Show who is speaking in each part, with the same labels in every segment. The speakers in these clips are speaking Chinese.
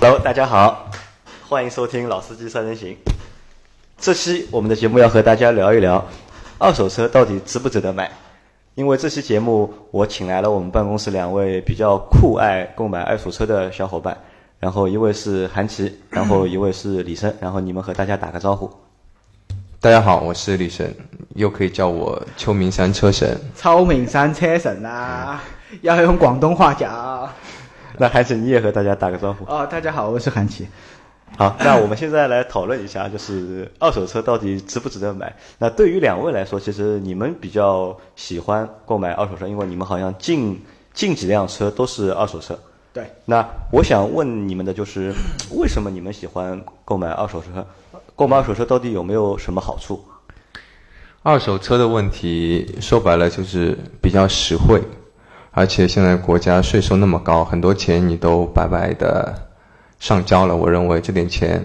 Speaker 1: Hello，大家好，欢迎收听《老司机三人行》。这期我们的节目要和大家聊一聊，二手车到底值不值得买？因为这期节目我请来了我们办公室两位比较酷爱购买二手车的小伙伴，然后一位是韩琦，然后一位是李生，然后你们和大家打个招呼。
Speaker 2: 大家好，我是李神，又可以叫我秋名山车神。
Speaker 3: 超敏山车神啊，要用广东话讲
Speaker 1: 那韩琦你也和大家打个招呼。
Speaker 3: 哦。大家好，我是韩琦。
Speaker 1: 好，那我们现在来讨论一下，就是二手车到底值不值得买？那对于两位来说，其实你们比较喜欢购买二手车，因为你们好像近近几辆车都是二手车。
Speaker 3: 对，
Speaker 1: 那我想问你们的就是，为什么你们喜欢购买二手车？购买二手车到底有没有什么好处？
Speaker 2: 二手车的问题说白了就是比较实惠，而且现在国家税收那么高，很多钱你都白白的上交了。我认为这点钱，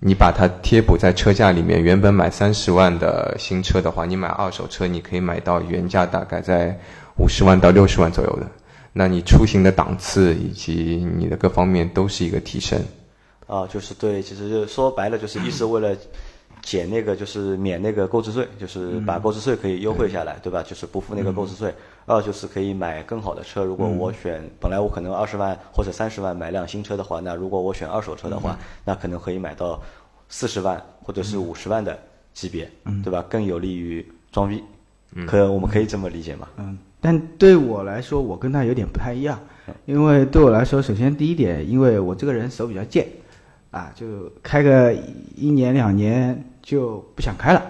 Speaker 2: 你把它贴补在车价里面，原本买三十万的新车的话，你买二手车你可以买到原价大概在五十万到六十万左右的。那你出行的档次以及你的各方面都是一个提升。
Speaker 1: 啊，就是对，其实就是说白了，就是一是为了减那个，就是免那个购置税，就是
Speaker 3: 嗯
Speaker 1: 把购置税可以优惠下来，对吧？就是不付那个购置税。二就是可以买更好的车。如果
Speaker 3: 嗯
Speaker 1: 我选本来我可能二十万或者三十万买辆新车的话，那如果我选二手车的
Speaker 3: 嗯
Speaker 1: 话，那可能可以买到四十万或者是五十万的级别，
Speaker 3: 嗯
Speaker 1: 对吧？更有利于装逼，可我们可以这么理解吗？
Speaker 3: 嗯，但对我来说，我跟他有点不太一样，因为对我来说，首先第一点，因为我这个人手比较贱，啊，就开个一年两年就不想开了，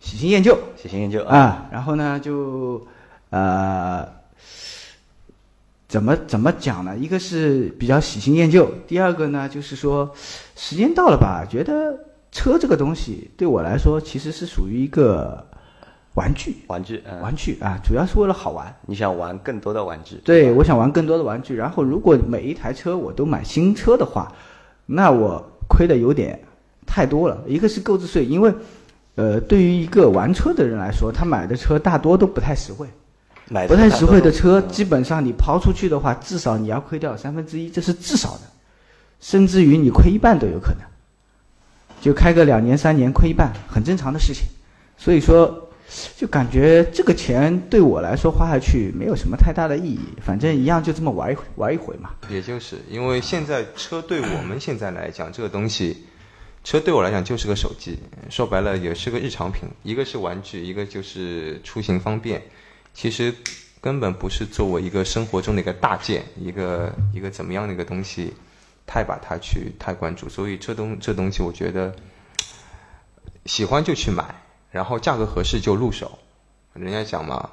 Speaker 3: 喜新厌旧
Speaker 1: 喜新厌旧啊，
Speaker 3: 啊。然后呢，就呃，怎么怎么讲呢？一个是比较喜新厌旧，第二个呢，就是说时间到了吧，觉得车这个东西对我来说其实是属于一个玩具，
Speaker 1: 玩具，嗯，
Speaker 3: 玩具啊，主要是为了好玩。
Speaker 1: 你想玩更多的玩具，
Speaker 3: 对，我想玩更多的玩具。然后，如果每一台车我都买新车的话，那我亏的有点太多了。一个是购置税，因为，呃，对于一个玩车的人来说，他买的车大多都不太实惠，
Speaker 1: 买
Speaker 3: 不
Speaker 1: 的
Speaker 3: 太实惠
Speaker 1: 多
Speaker 3: 的
Speaker 1: 嗯
Speaker 3: 车，基本上你抛出去的话，至少你要亏掉三分之一，这是至少的，甚至于你亏一半都有可能。就开个两年三年亏一半，很正常的事情。所以说，就感觉这个钱对我来说花下去没有什么太大的意义，反正一样就这么玩一回玩一回嘛。
Speaker 2: 也就是因为现在车对我们现在来讲，这个东西，车对我来讲就是个手机，说白了也是个日常品，一个是玩具，一个就是出行方便，其实根本不是作为一个生活中的一个大件，一个一个怎么样的一个东西，太把它去太关注，所以这东这东西我觉得喜欢就去买，然后价格合适就入手，人家讲嘛，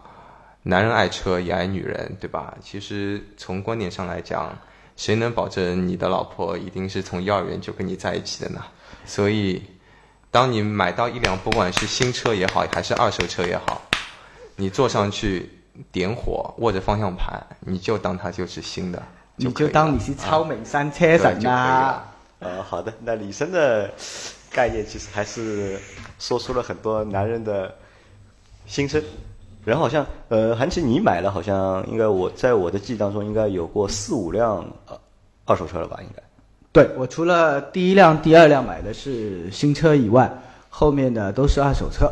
Speaker 2: 男人爱车也爱女人，对吧？其实从观点上来讲，谁能保证你的老婆一定是从幼儿园就跟你在一起的呢？所以，当你买到一辆不管是新车也好，还是二手车也好，你坐上去点火握着方向盘，你就当它就是新的，
Speaker 3: 你
Speaker 2: 可以
Speaker 3: 就
Speaker 2: 了啊
Speaker 3: 当你是超美山车
Speaker 2: 对
Speaker 3: 神啊
Speaker 2: 就可以
Speaker 3: 呐、
Speaker 2: 了。
Speaker 1: 呃，好的，那李生的概念其实还是说出了很多男人的心声。然后好像，呃，韩琦，你买了好像应该我在我的记忆当中应该有过四五辆呃二手车了吧？应该
Speaker 3: 对我除了第一辆、第二辆买的是新车以外，后面的都是二手车，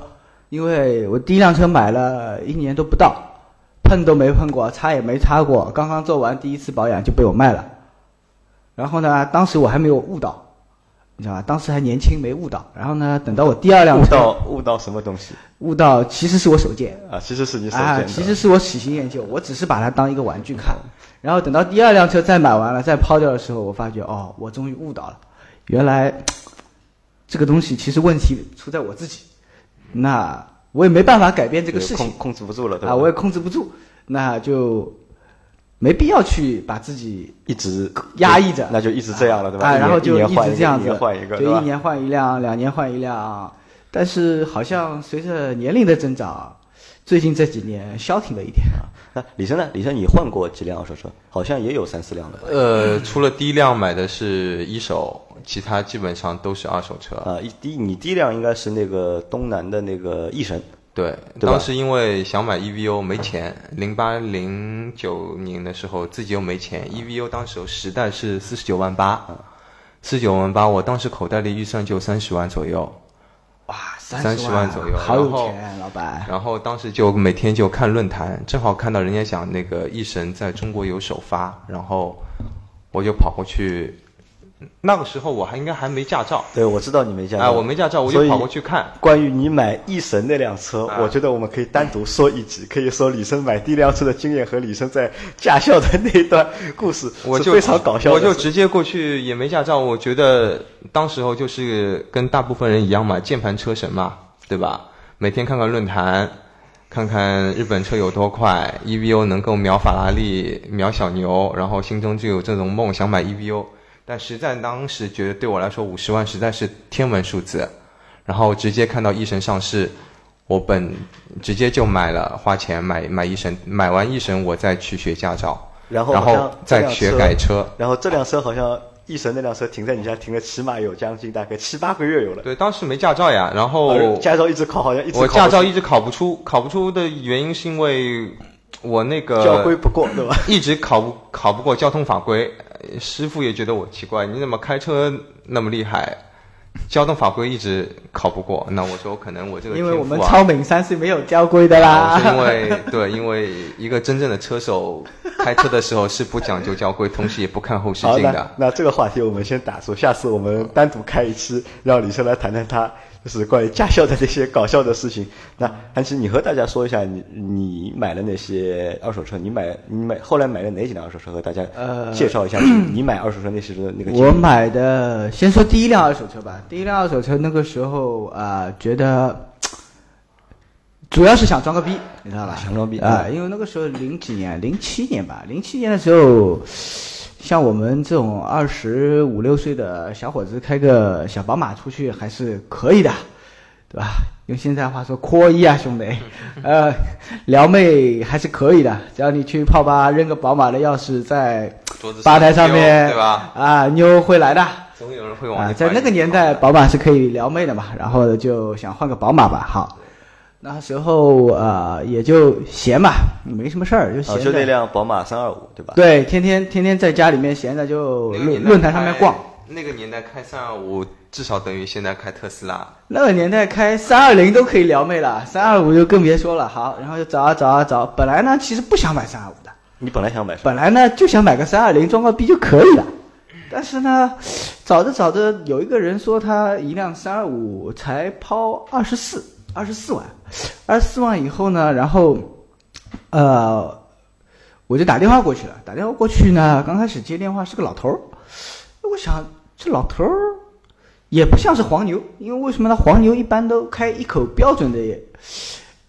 Speaker 3: 因为我第一辆车买了一年都不到，碰都没碰过，擦也没擦过，刚刚做完第一次保养就被我卖了。然后呢，当时我还没有悟到，你知道吧？当时还年轻没悟到。然后呢，等到我第二辆
Speaker 1: 悟
Speaker 3: 车
Speaker 1: 到悟到什么东西
Speaker 3: 悟到，其实是我手贱。
Speaker 1: 啊？其实是你手
Speaker 3: 啊，
Speaker 1: 贱的。
Speaker 3: 其实是我喜新厌旧，我只是把它当一个玩具看。
Speaker 1: 嗯
Speaker 3: 然后等到第二辆车再买完了再抛掉的时候，我发觉哦，我终于悟到了，原来这个东西其实问题出在我自己，那我也没办法改变这个
Speaker 1: 就是
Speaker 3: 事
Speaker 1: 控
Speaker 3: 情
Speaker 1: 控制不住了，对吧？
Speaker 3: 啊，我也控制不住，那就没必要去把自己
Speaker 1: 一直
Speaker 3: 压抑着
Speaker 1: 那就一直这样了，对吧？
Speaker 3: 啊，
Speaker 1: 一年
Speaker 3: 然后就
Speaker 1: 一年
Speaker 3: 一
Speaker 1: 换一
Speaker 3: 直
Speaker 1: 个
Speaker 3: 这样
Speaker 1: 一
Speaker 3: 子
Speaker 1: 年，换一个，对
Speaker 3: 就一
Speaker 1: 吧？
Speaker 3: 年换一辆，两年换一辆。但是好像随着年龄的增长，最近这几年消停了一点。
Speaker 1: 那李生呢？李生，你换过几辆二手车？好像也有三四辆了吧？
Speaker 2: 呃，除了第一辆买的是一手，其他基本上都是二手车。
Speaker 1: 啊，一第你第一辆应该是那个东南的那个翼神，
Speaker 2: 对，
Speaker 1: 对吧
Speaker 2: 当时因为想买 EVO 没钱，零八零九年的时候自己又没钱，EVO 当时时代是四十九万八，四九万八，我当时口袋里预算就三十万左右，
Speaker 3: 哇，
Speaker 2: 30
Speaker 3: 十
Speaker 2: 万左右
Speaker 3: 好
Speaker 2: 然后
Speaker 3: 有钱，啊老
Speaker 1: 哎
Speaker 3: 板。
Speaker 2: 然后当时就每天就看论坛，正好看到人家讲那个一神在中国有首发，然后我就跑过去。那个时候我还应该还没驾照，
Speaker 1: 对，我知道你没驾照，
Speaker 2: 哎我没驾照我就
Speaker 1: 所以
Speaker 2: 跑过去看。
Speaker 1: 关于你买翼神那辆车，
Speaker 2: 啊
Speaker 1: 我觉得我们可以单独说一集，可以说李生买第一辆车的经验和李生在驾校的那一段故事，
Speaker 2: 我
Speaker 1: 是
Speaker 2: 就
Speaker 1: 非常搞笑的
Speaker 2: 我
Speaker 1: 事。
Speaker 2: 就直接过去也没驾照。我觉得当时候就是跟大部分人一样嘛，键盘车神嘛，对吧？每天看看论坛，看看日本车有多快，EVO 能够秒法拉利、秒小牛，然后心中就有这种梦想买 EVO。但实在当时觉得对我来说五十万实在是天文数字，然后直接看到一神上市，我本直接就买了，花钱买买一神，买完一神我再去学驾照。
Speaker 1: 然
Speaker 3: 哦
Speaker 1: 后
Speaker 2: 然
Speaker 1: 好像
Speaker 2: 后再学改车。
Speaker 1: 然后这辆车好像翼神那辆车停在你家停了，起码有将近大概七八个月有了。
Speaker 2: 对，当时没驾照呀，然后
Speaker 3: 呃
Speaker 1: 而驾照一直考，好像一直
Speaker 2: 我
Speaker 1: 考
Speaker 2: 驾
Speaker 1: 不
Speaker 2: 照
Speaker 1: 出
Speaker 2: 一直考不出，考不出的原因是因为我那个
Speaker 1: 交规不过，对吧？
Speaker 2: 一直考不考不过交通法规，呃师傅也觉得我奇怪，你怎么开车那么厉害？交通法规一直考不过，那我说可能我这个
Speaker 3: 因为我们
Speaker 2: 天赋啊
Speaker 3: 超敏三是没有交规的
Speaker 2: 啊
Speaker 3: 啦。
Speaker 2: 是因为对，因为一个真正的车手开车的时候是不讲究交规，同时也不看后视
Speaker 1: 好，
Speaker 2: 镜
Speaker 1: 那
Speaker 2: 的。
Speaker 1: 那这个话题我们先打住，下次我们单独开一期，让李生来谈谈他就是关于驾校的那些搞笑的事情。那韩琦，你和大家说一下，你你买了哪些二手车？你买你买后来买了哪几辆二手车？和大家
Speaker 3: 呃
Speaker 1: 介绍一下你你买二手车那时的那个经历。
Speaker 3: 我买的，先说第一辆二手车吧。第一辆二手车那个时候啊、觉得主要是想装个逼，你知道吧？
Speaker 1: 想装逼
Speaker 3: 啊、
Speaker 1: 嗯
Speaker 3: 因为那个时候零几年，零七年吧，零七年的时候，像我们这种二十五六岁的小伙子，开个小宝马出去还是可以的，对吧？用现在话说，阔一啊， 兄弟，呃，撩妹还是可以的，只要你去泡吧扔个宝马的钥匙在
Speaker 2: 桌子
Speaker 3: 吧台上面，
Speaker 2: 对吧？
Speaker 3: 啊，妞会来的。
Speaker 2: 总有人会往
Speaker 3: 啊，
Speaker 2: 你
Speaker 3: 在
Speaker 2: 怀
Speaker 3: 那个
Speaker 2: 里
Speaker 3: 年
Speaker 2: 跑
Speaker 3: 代，宝马是可以撩妹的嘛，然后就想换个宝马吧，好。那时候呃也就闲嘛，没什么事儿，就闲
Speaker 2: 哦
Speaker 1: 啊，
Speaker 3: 着。
Speaker 1: 就那辆宝马三二五，对吧？
Speaker 3: 对，天天天天在家里面闲着就
Speaker 2: 那个年
Speaker 3: 论
Speaker 2: 代
Speaker 3: 论坛上面
Speaker 2: 开
Speaker 3: 逛。。
Speaker 2: 那个年代开三二五，至少等于现在开特斯拉。
Speaker 3: 那个年代开三二零都可以撩妹了，三二五就更别说了。好，然后就找啊找啊找，本来呢其实不想买三二五的，
Speaker 1: 你本来想买什么？
Speaker 3: 本来呢就想买个三二零装个逼就可以了，但是呢，找着找着有一个人说他一辆三二五才抛二十四二十四万，二十四万以后呢，然后，呃，我就打电话过去了，打电话过去呢，刚开始接电话是个老头儿，我想这老头儿也不像是黄牛，因为为什么呢？黄牛一般都开一口标准的。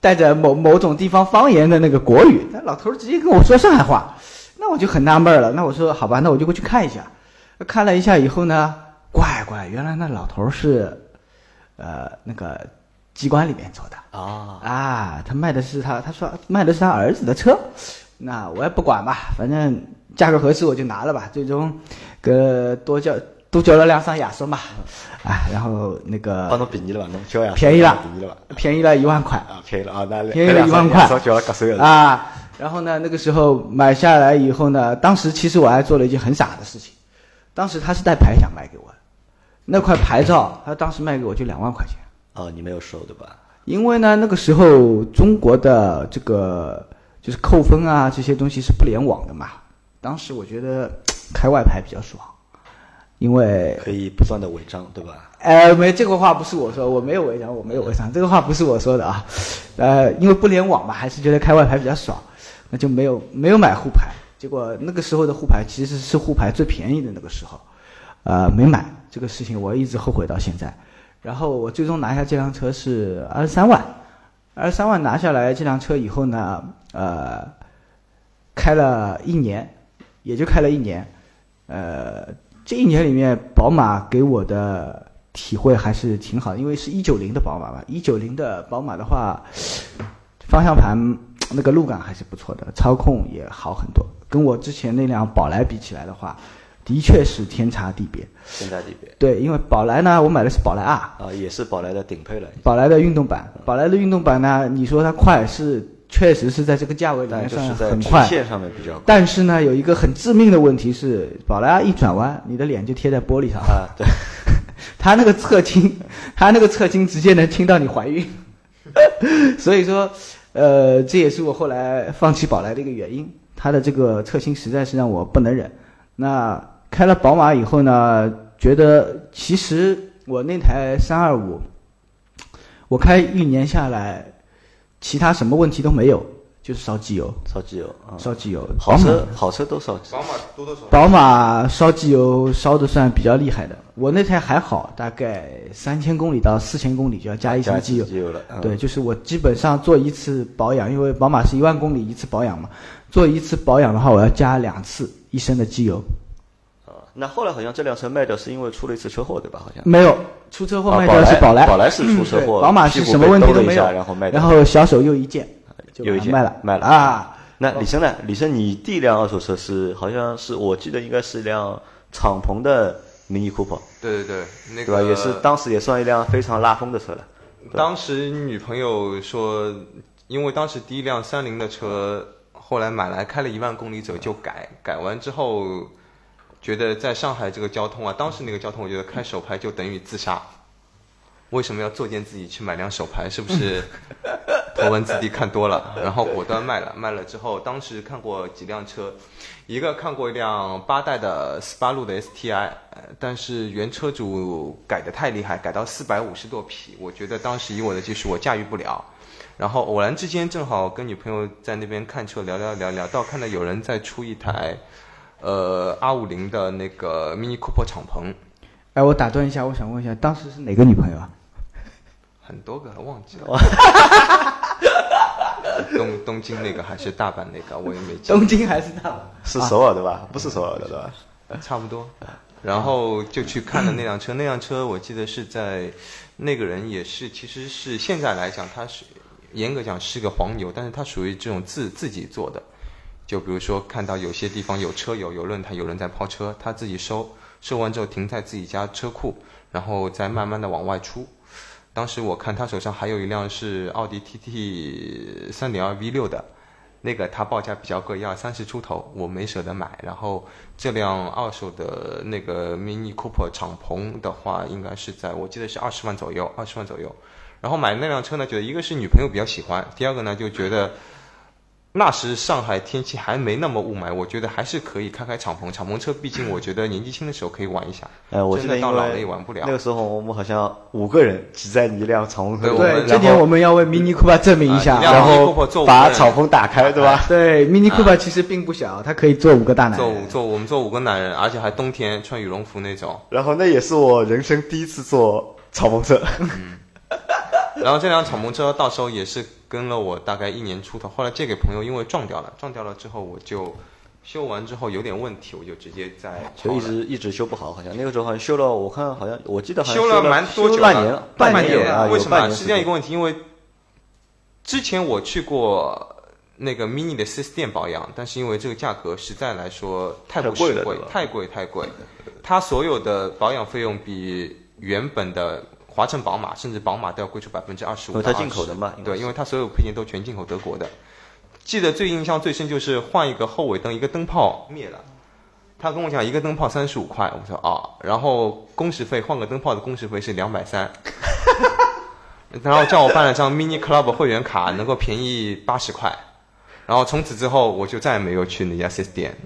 Speaker 3: 带着某某种地方方言的那个国语，那老头儿直接跟我说上海话，那我就很纳闷儿了。那我说好吧，那我就过去看一下。看了一下以后呢，乖乖，原来那老头儿是，呃，那个机关里面做的
Speaker 1: 啊，
Speaker 3: 啊，他卖的是他，他说卖的是他儿子的车，那我也不管吧，反正价格合适我就拿了吧。最终，呃，多交多交了两三亚松吧，啊，然后那
Speaker 1: 啊帮
Speaker 3: 个
Speaker 1: 侬便宜了吧？侬交呀？
Speaker 3: 便宜了
Speaker 1: 便宜了吧？
Speaker 3: 便宜了一万块。
Speaker 1: 啊，便宜了啊，那
Speaker 3: 便宜了一万块
Speaker 1: 交了所有的。
Speaker 3: 啊。然后呢，那个时候买下来以后呢，当时其实我还做了一件很傻的事情，当时他是带牌想卖给我的，那块牌照他当时卖给我就两万块钱，
Speaker 1: 哦，你没有收对吧？
Speaker 3: 因为呢那个时候中国的这个就是扣分啊这些东西是不联网的嘛，当时我觉得开外牌比较爽，因为
Speaker 1: 可以不断的违章对吧？
Speaker 3: 呃，没，这个话不是我说，我没有违章，我没有违章，这个话不是我说的啊。呃，因为不联网嘛，还是觉得开外牌比较爽，那就没有没有买沪牌。结果那个时候的沪牌其实是沪牌最便宜的那个时候，呃，没买这个事情我一直后悔到现在。然后我最终拿下这辆车是二十三万，二十三万拿下来这辆车以后呢，呃，开了一年，也就开了一年，呃，这一年里面，宝马给我的体会还是挺好的，因为是一九零的宝马吧，一九零的宝马的话，方向盘嗯那个路感还是不错的，操控也好很多，跟我之前那辆宝来比起来的话，的确是天差地别。
Speaker 1: 天差地别
Speaker 3: 对，因为宝来呢，我买的是宝来 R，
Speaker 1: 啊，也是宝来的顶配了。
Speaker 3: 宝来的运动版，宝来的运动版呢，你说它快是确实是在这个价位里
Speaker 1: 但
Speaker 3: 面
Speaker 1: 哎就
Speaker 3: 算
Speaker 1: 是在
Speaker 3: 很
Speaker 1: 直
Speaker 3: 快。啊
Speaker 1: 线上面比较高
Speaker 3: 但是呢，有一个很致命的问题是，宝莱亚一转弯，你的脸就贴在玻璃上，
Speaker 1: 啊，对，
Speaker 3: 他那个侧倾， 他那个侧倾直接能倾到你怀孕。 所以说，呃，这也是我后来放弃宝来的一个原因。它的这个侧倾实在是让我不能忍。那开了宝马以后呢，觉得其实我那台三二五，我开一年下来，其他什么问题都没有，就是烧机油，
Speaker 1: 烧机油啊，
Speaker 3: 烧机油。
Speaker 1: 好
Speaker 3: 宝马
Speaker 1: 车好车都烧机
Speaker 2: 宝马多多少少
Speaker 3: 宝马烧机油烧的算比较厉害的，我那台还好，大概三千公里到四千公里就要加一
Speaker 1: 加
Speaker 3: 箱机油。
Speaker 1: 机油了，嗯
Speaker 3: 对，就是我基本上做一次保养，因为宝马是一万公里一次保养嘛，做一次保养的话，我要加两次一升的机油。
Speaker 1: 啊。那后来好像这辆车卖掉是因为出了一次车祸，对吧？好像
Speaker 3: 没有出车祸
Speaker 1: 嗯啊
Speaker 3: 卖掉的是
Speaker 1: 宝
Speaker 3: 来，
Speaker 1: 宝来是出车祸，
Speaker 3: 对宝马
Speaker 1: 屁
Speaker 3: 是
Speaker 1: 股
Speaker 3: 什么
Speaker 1: 被
Speaker 3: 问题
Speaker 1: 兜
Speaker 3: 都
Speaker 1: 了一
Speaker 3: 没有
Speaker 1: 下，然后卖掉啊
Speaker 3: 然。后小手又一剑，就
Speaker 1: 又一
Speaker 3: 把它
Speaker 1: 件
Speaker 3: 卖了
Speaker 1: 卖了
Speaker 3: 啊。
Speaker 1: 那李生呢？李生，你第一辆二手车是好像是我记得应该是一辆敞篷的 Mini Cooper，
Speaker 2: 对对对，那
Speaker 1: 对
Speaker 2: 个
Speaker 1: 吧？也是当时也算一辆非常拉风的车了。
Speaker 2: 当时女朋友说，因为当时第一辆三菱的车，后来买来开了一万公里左右就改，改完之后，觉得在上海这个交通啊，当时那个交通，我觉得开手排就等于自杀。为什么要作践自己去买辆手牌？是不 是头文字 D 看多了？然后果断卖了，卖了之后，当时看过几辆车，一个看过一辆八代的斯巴鲁的 STI，呃但是原车主改的太厉害，改到四百五十多匹，我觉得当时以我的技术我驾驭不了。然后偶然之间正好跟女朋友在那边看车聊聊聊聊，到看到有人在出一台，呃 R 五零的那个 Mini Cooper 敞篷，
Speaker 3: 哎，我打断一下，我想问一下，当时是哪个女朋友啊？
Speaker 2: 很多个忘记了。东东京那个还是大阪那个，我也没记，
Speaker 3: 东京还是大阪？
Speaker 1: 是首尔的吧？不是首尔的对
Speaker 3: 啊
Speaker 1: 吧？
Speaker 2: 差不多。 然后就去看了那辆车，那辆车我记得是在，那个人也是，其实是现在来讲，他是严格讲是个黄牛，但是他属于这种自自己做的。就比如说看到有些地方有车友、有论坛有人在抛车，他自己收，收完之后停在自己家车库，然后再慢慢的往外出。当时我看他手上还有一辆是奥迪 TT 3 2 V 6的，那个他报价比较贵，要三十出头，我没舍得买。然后这辆二手的那个 Mini Cooper 敞篷的话，应该是在我记得是二十万左右，二十万左右。然后买那辆车呢，觉得一个是女朋友比较喜欢，第二个呢就觉得那时上海天气还没那么雾霾，我觉得还是可以开开敞篷。敞篷车毕竟我觉得年纪轻的时候可以玩一下，
Speaker 1: 哎，我记
Speaker 2: 真
Speaker 1: 得
Speaker 2: 的
Speaker 1: 因
Speaker 2: 到老了
Speaker 1: 为
Speaker 2: 也玩不了
Speaker 1: 那。个时候我们好像五个人挤在一辆敞篷车
Speaker 2: 对
Speaker 1: 里，
Speaker 2: 我们
Speaker 3: 对，
Speaker 1: 然
Speaker 3: 这
Speaker 1: 后
Speaker 3: 点我们要为 Mini Cooper 证明一下
Speaker 2: 啊。
Speaker 1: 然
Speaker 2: 让
Speaker 1: 后
Speaker 2: Mini Cooper 坐五个人
Speaker 1: 把敞篷打开，对吧？
Speaker 3: 对，Mini Cooper 其实并不小，它可以坐五个大男
Speaker 2: 做
Speaker 3: 人。
Speaker 2: 五做我们做五个男人，而且还冬天穿羽绒服那种。
Speaker 1: 然后那也是我人生第一次坐敞篷车，
Speaker 2: 然后这辆敞篷车到时候也是跟了我大概一年出头，后来借给朋友，因为撞掉了，撞掉了之后我就修完之后有点问题，我就直接在
Speaker 1: 就一直一直修不好，好像那个时候好像修了，我看好像我记得好像
Speaker 2: 修
Speaker 1: 了
Speaker 2: 蛮多
Speaker 1: 修了
Speaker 2: 久
Speaker 1: 半年了，
Speaker 3: 半
Speaker 1: 年
Speaker 3: 年
Speaker 1: 有啊，
Speaker 2: 为
Speaker 1: 有
Speaker 2: 什么
Speaker 1: 半
Speaker 2: 啊？
Speaker 1: 年
Speaker 2: 是
Speaker 1: 时
Speaker 2: 这样一
Speaker 1: 间
Speaker 2: 个问题，因为之前我去过那个 mini 的 4S 店保养，但是因为这个价格实在来说太不
Speaker 1: 太贵
Speaker 2: 实
Speaker 1: 了
Speaker 2: 惠
Speaker 1: 对吧，
Speaker 2: 太贵太贵，它所有的保养费用比原本的。华晨宝马甚至宝马都要贵出百分之二十
Speaker 1: 因为哦
Speaker 2: 五，
Speaker 1: 它进口的嘛应该
Speaker 2: 对，
Speaker 1: 是
Speaker 2: 因为它所有配件都全进口德国的。记得最印象最深就是换一个后尾灯，一个灯泡灭了。他跟我讲一个灯泡三十五块，我说啊，然后工时费换个灯泡的工时费是两百三， 然后叫我办了张 Mini Club 会员卡，能够便宜八十块，然后从此之后我就再也没有去那家4 S 店，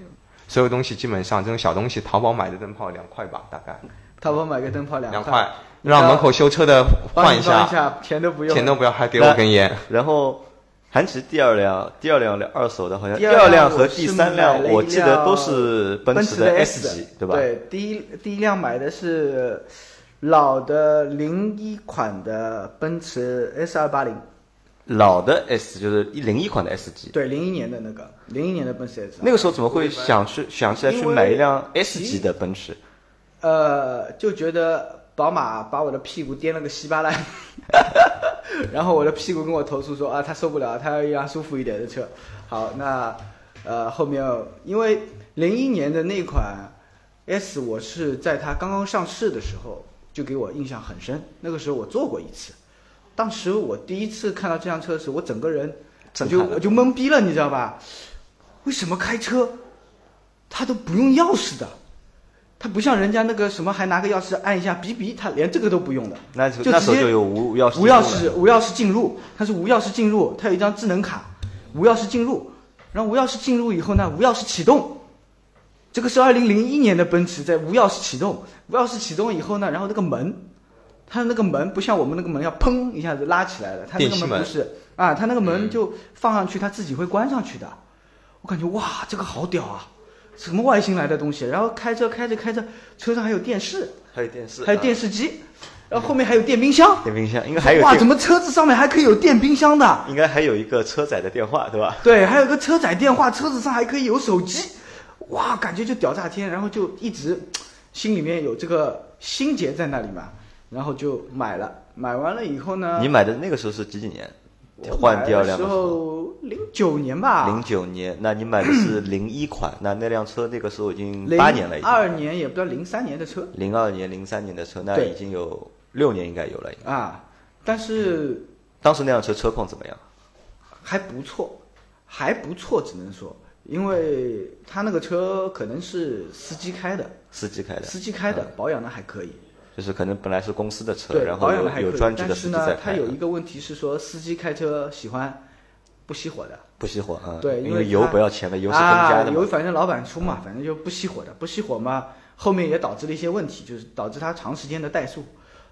Speaker 2: 所有东西基本上这种小东西，淘宝买的灯泡两块吧，大概
Speaker 3: 淘宝买个灯泡两
Speaker 2: 两块，让门口修车的
Speaker 3: 帮
Speaker 2: 换
Speaker 3: 你
Speaker 2: 一
Speaker 3: 装一
Speaker 2: 下，
Speaker 3: 下，钱都不用。
Speaker 2: 钱都不要，还给我根烟。
Speaker 1: 然后韩琦第二辆第二辆二手的，好像
Speaker 3: 第
Speaker 1: 二
Speaker 3: 二辆
Speaker 1: 辆和第三
Speaker 3: 我
Speaker 1: 辆
Speaker 3: 是买了一
Speaker 1: 我记得都是
Speaker 3: 奔
Speaker 1: 驰的
Speaker 3: S
Speaker 1: 级，对吧？
Speaker 3: 对，第一第一辆买的是老的零一款的奔驰 S 二八零，
Speaker 1: 老的 S 就是零一款的 S 级，
Speaker 3: 对，零一年的那个，零一年的奔驰 S。
Speaker 1: 那个时候怎么会想去想起来去
Speaker 3: 因为
Speaker 1: 买一辆 S 级的奔驰？
Speaker 3: 呃，就觉得宝马把我的屁股颠了个稀巴烂， 然后我的屁股跟我投诉说啊，他受不了，他要一辆舒服一点的车。好，那呃后面因为零一年的那款 S，我是在它刚刚上市的时候就给我印象很深，那个时候我坐过一次，当时我第一次看到这辆车的时候，我整个人
Speaker 1: 震
Speaker 3: 我就
Speaker 1: 撼
Speaker 3: 我
Speaker 1: 了。
Speaker 3: 就懵逼了，你知道吧？为什么开车他都不用钥匙的？他不像人家那个什么，还拿个钥匙按一下哔哔，他连这个都不用的。
Speaker 1: 那时候
Speaker 3: 就
Speaker 1: 那
Speaker 3: 直
Speaker 1: 时候
Speaker 3: 接
Speaker 1: 就有无钥匙
Speaker 3: 无钥
Speaker 1: 进
Speaker 3: 匙
Speaker 1: 入了
Speaker 3: 无钥匙进入，它是无钥匙进入，它有一张智能卡，无钥匙进入，然后无钥匙进入以后呢，无钥匙启动，这个是二零零一年的奔驰在无钥匙启动，无钥匙启动以后呢，然后那个门，它的那个门不像我们那个门要砰一下子拉起来了，它那
Speaker 2: 电
Speaker 3: 个
Speaker 2: 梯
Speaker 3: 门
Speaker 2: 门
Speaker 3: 不是啊，它那个门就放上去，它自己会关上去的。我感觉哇，这个好屌啊！什么外星来的东西？然后开车开着开着，车上还有电视，
Speaker 1: 还有电视，啊
Speaker 3: 还有电视机，然后后面还有电冰箱
Speaker 1: 啊，电冰箱，应该还有
Speaker 3: 哇，
Speaker 1: 电
Speaker 3: 怎么车子上面还可以有电冰箱的？
Speaker 1: 应该还有一个车载的电话，对吧？
Speaker 3: 对，还有个车载电话，车子上还可以有手机，哇，感觉就屌炸天。然后就一直心里面有这个心结在那里嘛，然后就买了。买完了以后呢，
Speaker 1: 你买的那个时候是几几年？
Speaker 3: 啊我
Speaker 1: 换第二辆
Speaker 3: 买的时
Speaker 1: 候，
Speaker 3: 候零九年吧，
Speaker 1: 零九年，那你买的是 零一款，那那辆车那个时候已经
Speaker 3: 零
Speaker 1: 八年了，已经
Speaker 3: 二年也不知道零三年的车
Speaker 1: 零二年、零三年的车，那
Speaker 3: 对
Speaker 1: 已经有六年应该有了。
Speaker 3: 啊，但是
Speaker 1: 当时那辆车车况怎么样？
Speaker 3: 还不错，还不错，只能说，因为他那个车可能是司机开的，
Speaker 1: 司机开的，嗯
Speaker 3: 司机开的，保养的还可以。
Speaker 1: 就是可能本来是公司的车，
Speaker 3: 对，
Speaker 1: 然后
Speaker 3: 保养的还
Speaker 1: 有
Speaker 3: 可
Speaker 1: 有
Speaker 3: 以，
Speaker 1: 专职的
Speaker 3: 但
Speaker 1: 司
Speaker 3: 是
Speaker 1: 机
Speaker 3: 呢
Speaker 1: 在，
Speaker 3: 它
Speaker 1: 开的，
Speaker 3: 有一个问题是说，司机开车喜欢不熄火的，
Speaker 1: 不熄火啊。
Speaker 3: 对，
Speaker 1: 因
Speaker 3: 为
Speaker 1: 油
Speaker 3: 它
Speaker 1: 不要钱的，油是公家的
Speaker 3: 啊、
Speaker 1: 嘛嗯
Speaker 3: 油。反正老板出嘛，反正就不熄火的，不熄火嘛，后面也导致了一些问题，就是导致它长时间的怠速，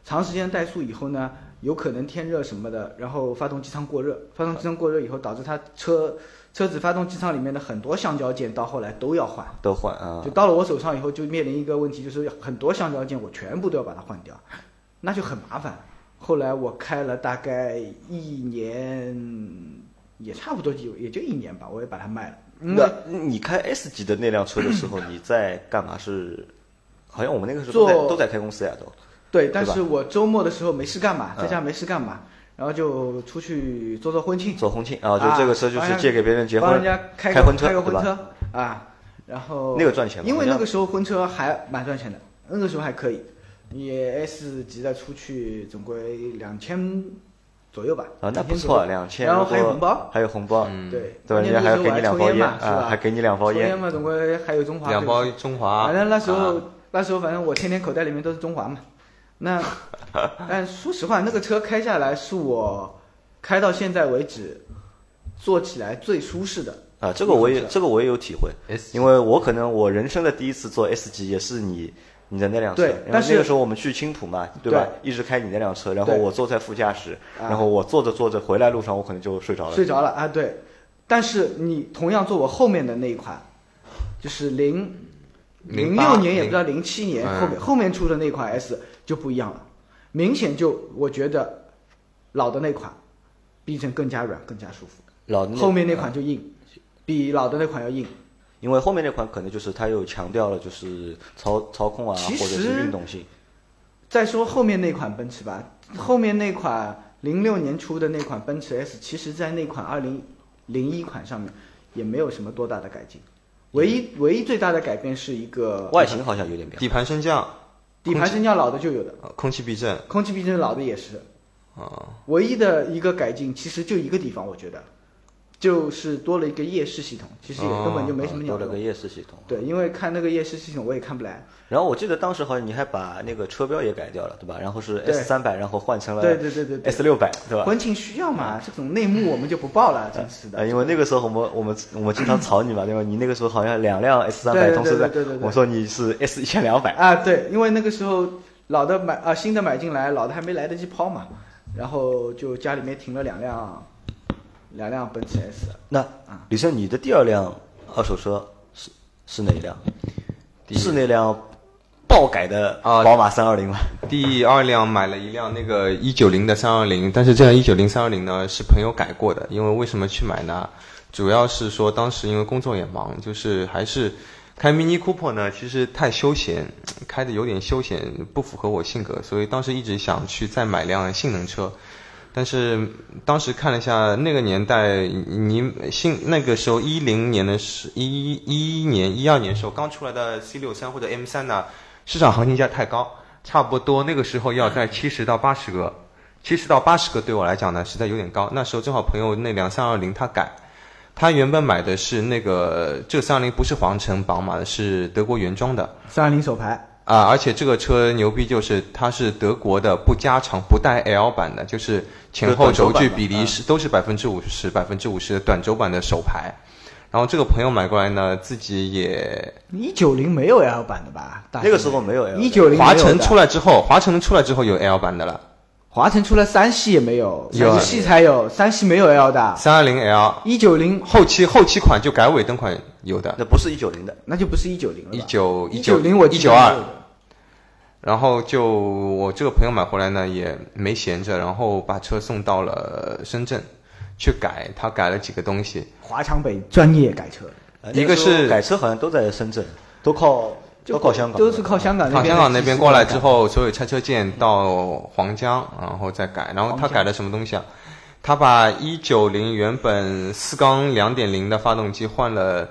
Speaker 3: 长时间怠速以后呢，有可能天热什么的，然后发动机舱过热，发动机舱过热以后导致它车车子发动机舱里面的很多橡胶件到后来都要换。
Speaker 1: 都换啊
Speaker 3: 就，到了我手上以后，就面临一个问题，就是很多橡胶件我全部都要把它换掉，那就很麻烦。后来我开了大概一年，也差不多就也就一年吧，我也把它卖了。因为
Speaker 1: 那你开 S 级的那辆车的时候，你在干嘛是？好像我们那个时候都
Speaker 3: 做
Speaker 1: 在都在开公司呀，都。
Speaker 3: 对，
Speaker 1: 对
Speaker 3: 但
Speaker 1: 吧
Speaker 3: 是我周末的时候没事干嘛，
Speaker 1: 嗯
Speaker 3: 在家没事干嘛，然后就出去做做婚庆
Speaker 1: 做婚庆啊，就这个车就是借给别人结婚，
Speaker 3: 帮人家开
Speaker 1: 开
Speaker 3: 个
Speaker 1: 婚车
Speaker 3: 开个
Speaker 1: 对
Speaker 3: 婚
Speaker 1: 吧？
Speaker 3: 车啊，然后
Speaker 1: 那个赚钱吗
Speaker 3: 因为
Speaker 1: 好像
Speaker 3: 那个时候婚车还蛮赚钱的，那个时候还可以，你 S 级的出去总归两千左右吧，
Speaker 1: 啊，那
Speaker 3: 2000
Speaker 1: 不
Speaker 3: 左右
Speaker 1: 错，两千。
Speaker 3: 然后还有红包，，嗯
Speaker 1: 还有红包，
Speaker 3: 对，
Speaker 1: 对吧？
Speaker 3: 关
Speaker 1: 人
Speaker 3: 键
Speaker 1: 家还
Speaker 3: 那
Speaker 1: 要
Speaker 3: 时候
Speaker 1: 给你两包
Speaker 3: 我还抽烟
Speaker 1: 烟
Speaker 3: 嘛，是
Speaker 1: 啊，
Speaker 3: 吧？
Speaker 1: 还给你两包
Speaker 3: 抽
Speaker 1: 烟
Speaker 3: 烟，嘛，总归还有中华，
Speaker 2: 两
Speaker 3: 对
Speaker 2: 包
Speaker 3: 吧
Speaker 2: 中华，
Speaker 3: 反正那时候、
Speaker 2: 啊
Speaker 3: 那时候反正我天天口袋里面都是中华嘛。 那但说实话，那个车开下来是我开到现在为止坐起来最舒适的。
Speaker 1: 啊，这个我也
Speaker 3: 是
Speaker 1: 这个我也有体会，
Speaker 2: 呃 S
Speaker 1: 因为我可能我人生的第一次坐 S 级也是你你的那辆车，
Speaker 3: 对
Speaker 1: 因为
Speaker 3: 但是
Speaker 1: 那个时候我们去青浦嘛，对吧？一直开你那辆车，然后
Speaker 3: 对
Speaker 1: 我坐在副驾驶，
Speaker 3: 啊
Speaker 1: 然后我坐着坐着回来路上我可能就睡着了，
Speaker 3: 睡着了啊，对。但是你同样坐我后面的那一款，就是零零
Speaker 2: 08
Speaker 3: 六年也不知道零七年
Speaker 2: 嗯
Speaker 3: 后面、后面出的那款 S 就不一样了，明显就我觉得老的那款避震更加软，更加舒服，
Speaker 1: 老的
Speaker 3: 后面那款就硬，比老的那款要硬。
Speaker 1: 因为后面那款可能就是它又强调了就是操操控啊，或
Speaker 3: 其
Speaker 1: 者
Speaker 3: 实
Speaker 1: 是运动性。
Speaker 3: 再说后面那款奔驰吧，后面那款零六年出的那款奔驰 S，其实在那款二零零一款上面也没有什么多大的改进，唯一唯一最大的改变是一个
Speaker 1: 外形好像有点变化。
Speaker 2: 底盘升降，
Speaker 3: 底盘升降老的就有的，
Speaker 2: 呃空气避震
Speaker 3: 空气避震老的也是，
Speaker 1: 哦
Speaker 2: 啊，
Speaker 3: 唯一的一个改进其实就一个地方，我觉得就是多了一个夜视系统，其实也根本就没什么
Speaker 1: 哦嗯多
Speaker 3: 鸟
Speaker 1: 了个
Speaker 3: 用。
Speaker 1: 夜视系统。
Speaker 3: 对，因为看那个夜视系统我也看不来，
Speaker 1: 然后我记得当时好像你还把那个车标也改掉了，对吧？然后是
Speaker 3: 对
Speaker 1: S 三百，然后换成了
Speaker 3: 对对对对对
Speaker 1: S 六百，对吧？
Speaker 3: 婚庆需要嘛，这种内幕我们就不报了，真是
Speaker 1: 啊，
Speaker 3: 的。
Speaker 1: 因为那个时候我们我们我们经常 吵你嘛，对吧？你那个时候好像两辆 S 三
Speaker 3: 对
Speaker 1: 百
Speaker 3: 对
Speaker 1: 同时在
Speaker 3: 对对对，对
Speaker 1: 我说你是 S 一千两百，
Speaker 3: 啊，对，因为那个时候老的买啊，新的买进来，老的还没来得及抛嘛，然后就家里面停了两辆，两辆奔驰 S，
Speaker 1: 那
Speaker 2: 啊
Speaker 1: 李胜，你的第二辆二手车是是哪一辆？
Speaker 2: 第一
Speaker 1: 是那辆爆改的
Speaker 2: 啊
Speaker 1: 宝马三二零吗？
Speaker 2: 第二辆买了一辆那个一九零的三二零，但是这辆一九零三二零呢是朋友改过的，因为为什么去买呢？主要是说当时因为工作也忙，就是还是开 Mini Cooper 呢，其实太休闲，开的有点休闲，不符合我性格，所以当时一直想去再买辆性能车。但是当时看了一下那个年代，你性那个时候一零年的时一一年一二年时候刚出来的 C 六三或者 M 三呢，市场行情价太高，差不多那个时候要在七十到八十个七十到八十个对我来讲呢，实在有点高。那时候正好朋友那辆三二零他改，他原本买的是那个这个三二零不是皇城宝马的，是德国原装的
Speaker 3: 三二零手排，
Speaker 2: 啊，而且这个车牛逼就是它是德国的不加长不带 L 版的，就是前后轴距比例是都是百分之五十百分之五十的短轴版的手排。然后这个朋友买过来呢，自己也
Speaker 3: 一九零没有 L 版的吧？
Speaker 2: 哎
Speaker 3: 大
Speaker 1: 那个时候没有 L
Speaker 3: 一九零
Speaker 2: 华晨出来之后，华晨出来之后有 L 版的了，
Speaker 3: 华晨出了三系也没有，
Speaker 2: 有啊
Speaker 3: 三系才有，三系没有 L 的，
Speaker 2: 三二零 L
Speaker 3: 一九零
Speaker 2: 后期后期款就改尾灯款有的，
Speaker 1: 那不是一九零的，
Speaker 3: 那就不是一九零了吧，
Speaker 2: 一九
Speaker 3: 一
Speaker 2: 九
Speaker 3: 零我
Speaker 2: 一
Speaker 3: 记
Speaker 2: 九
Speaker 3: 得
Speaker 2: 二
Speaker 3: 没有，的
Speaker 2: 然后就我这个朋友买回来呢，也没闲着，然后把车送到了深圳去改，他改了几个东西。
Speaker 3: 华强北专业改车，
Speaker 1: 呃
Speaker 2: 一
Speaker 1: 那
Speaker 2: 啊个
Speaker 1: 个时候
Speaker 2: 是
Speaker 1: 改车好像都在深圳，都靠都靠香港，
Speaker 3: 都是靠香港那
Speaker 2: 到
Speaker 3: 边的
Speaker 2: 香港那边
Speaker 3: 技术
Speaker 2: 过来
Speaker 3: 改
Speaker 2: 之，后，所有拆车件到黄江，然后再改。然后他改了什么东西啊？他把一九零原本四缸两点零的发动机换了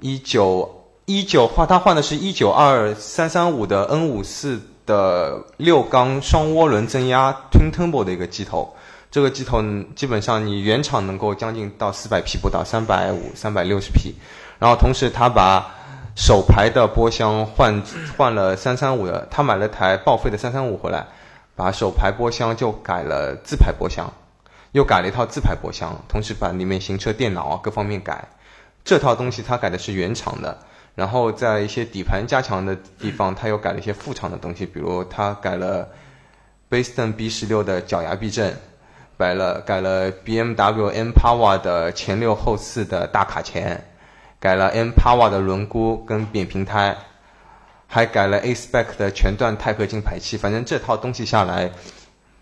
Speaker 2: 一九一九换，他换的是一九二三三五的 N 五四的六缸双涡轮增压 Twin Turbo 的一个机头。这个机头基本上你原厂能够将近到四百匹不到，三百五、三百六十匹。然后同时他把手排的波箱换换了三三五的，他买了台报废的三三五回来，把手排波箱就改了自排波箱，又改了一套自排波箱，同时把里面行车电脑啊各方面改。这套东西他改的是原厂的，然后在一些底盘加强的地方，他又改了一些副厂的东西，比如他改了 Baseton B 十六的脚牙避震，改了改了 BMW M Power 的前六后四的大卡钳。改了 M Power 的轮毂跟扁平胎，还改了 A Spec 的全段钛合金排气。反正这套东西下来，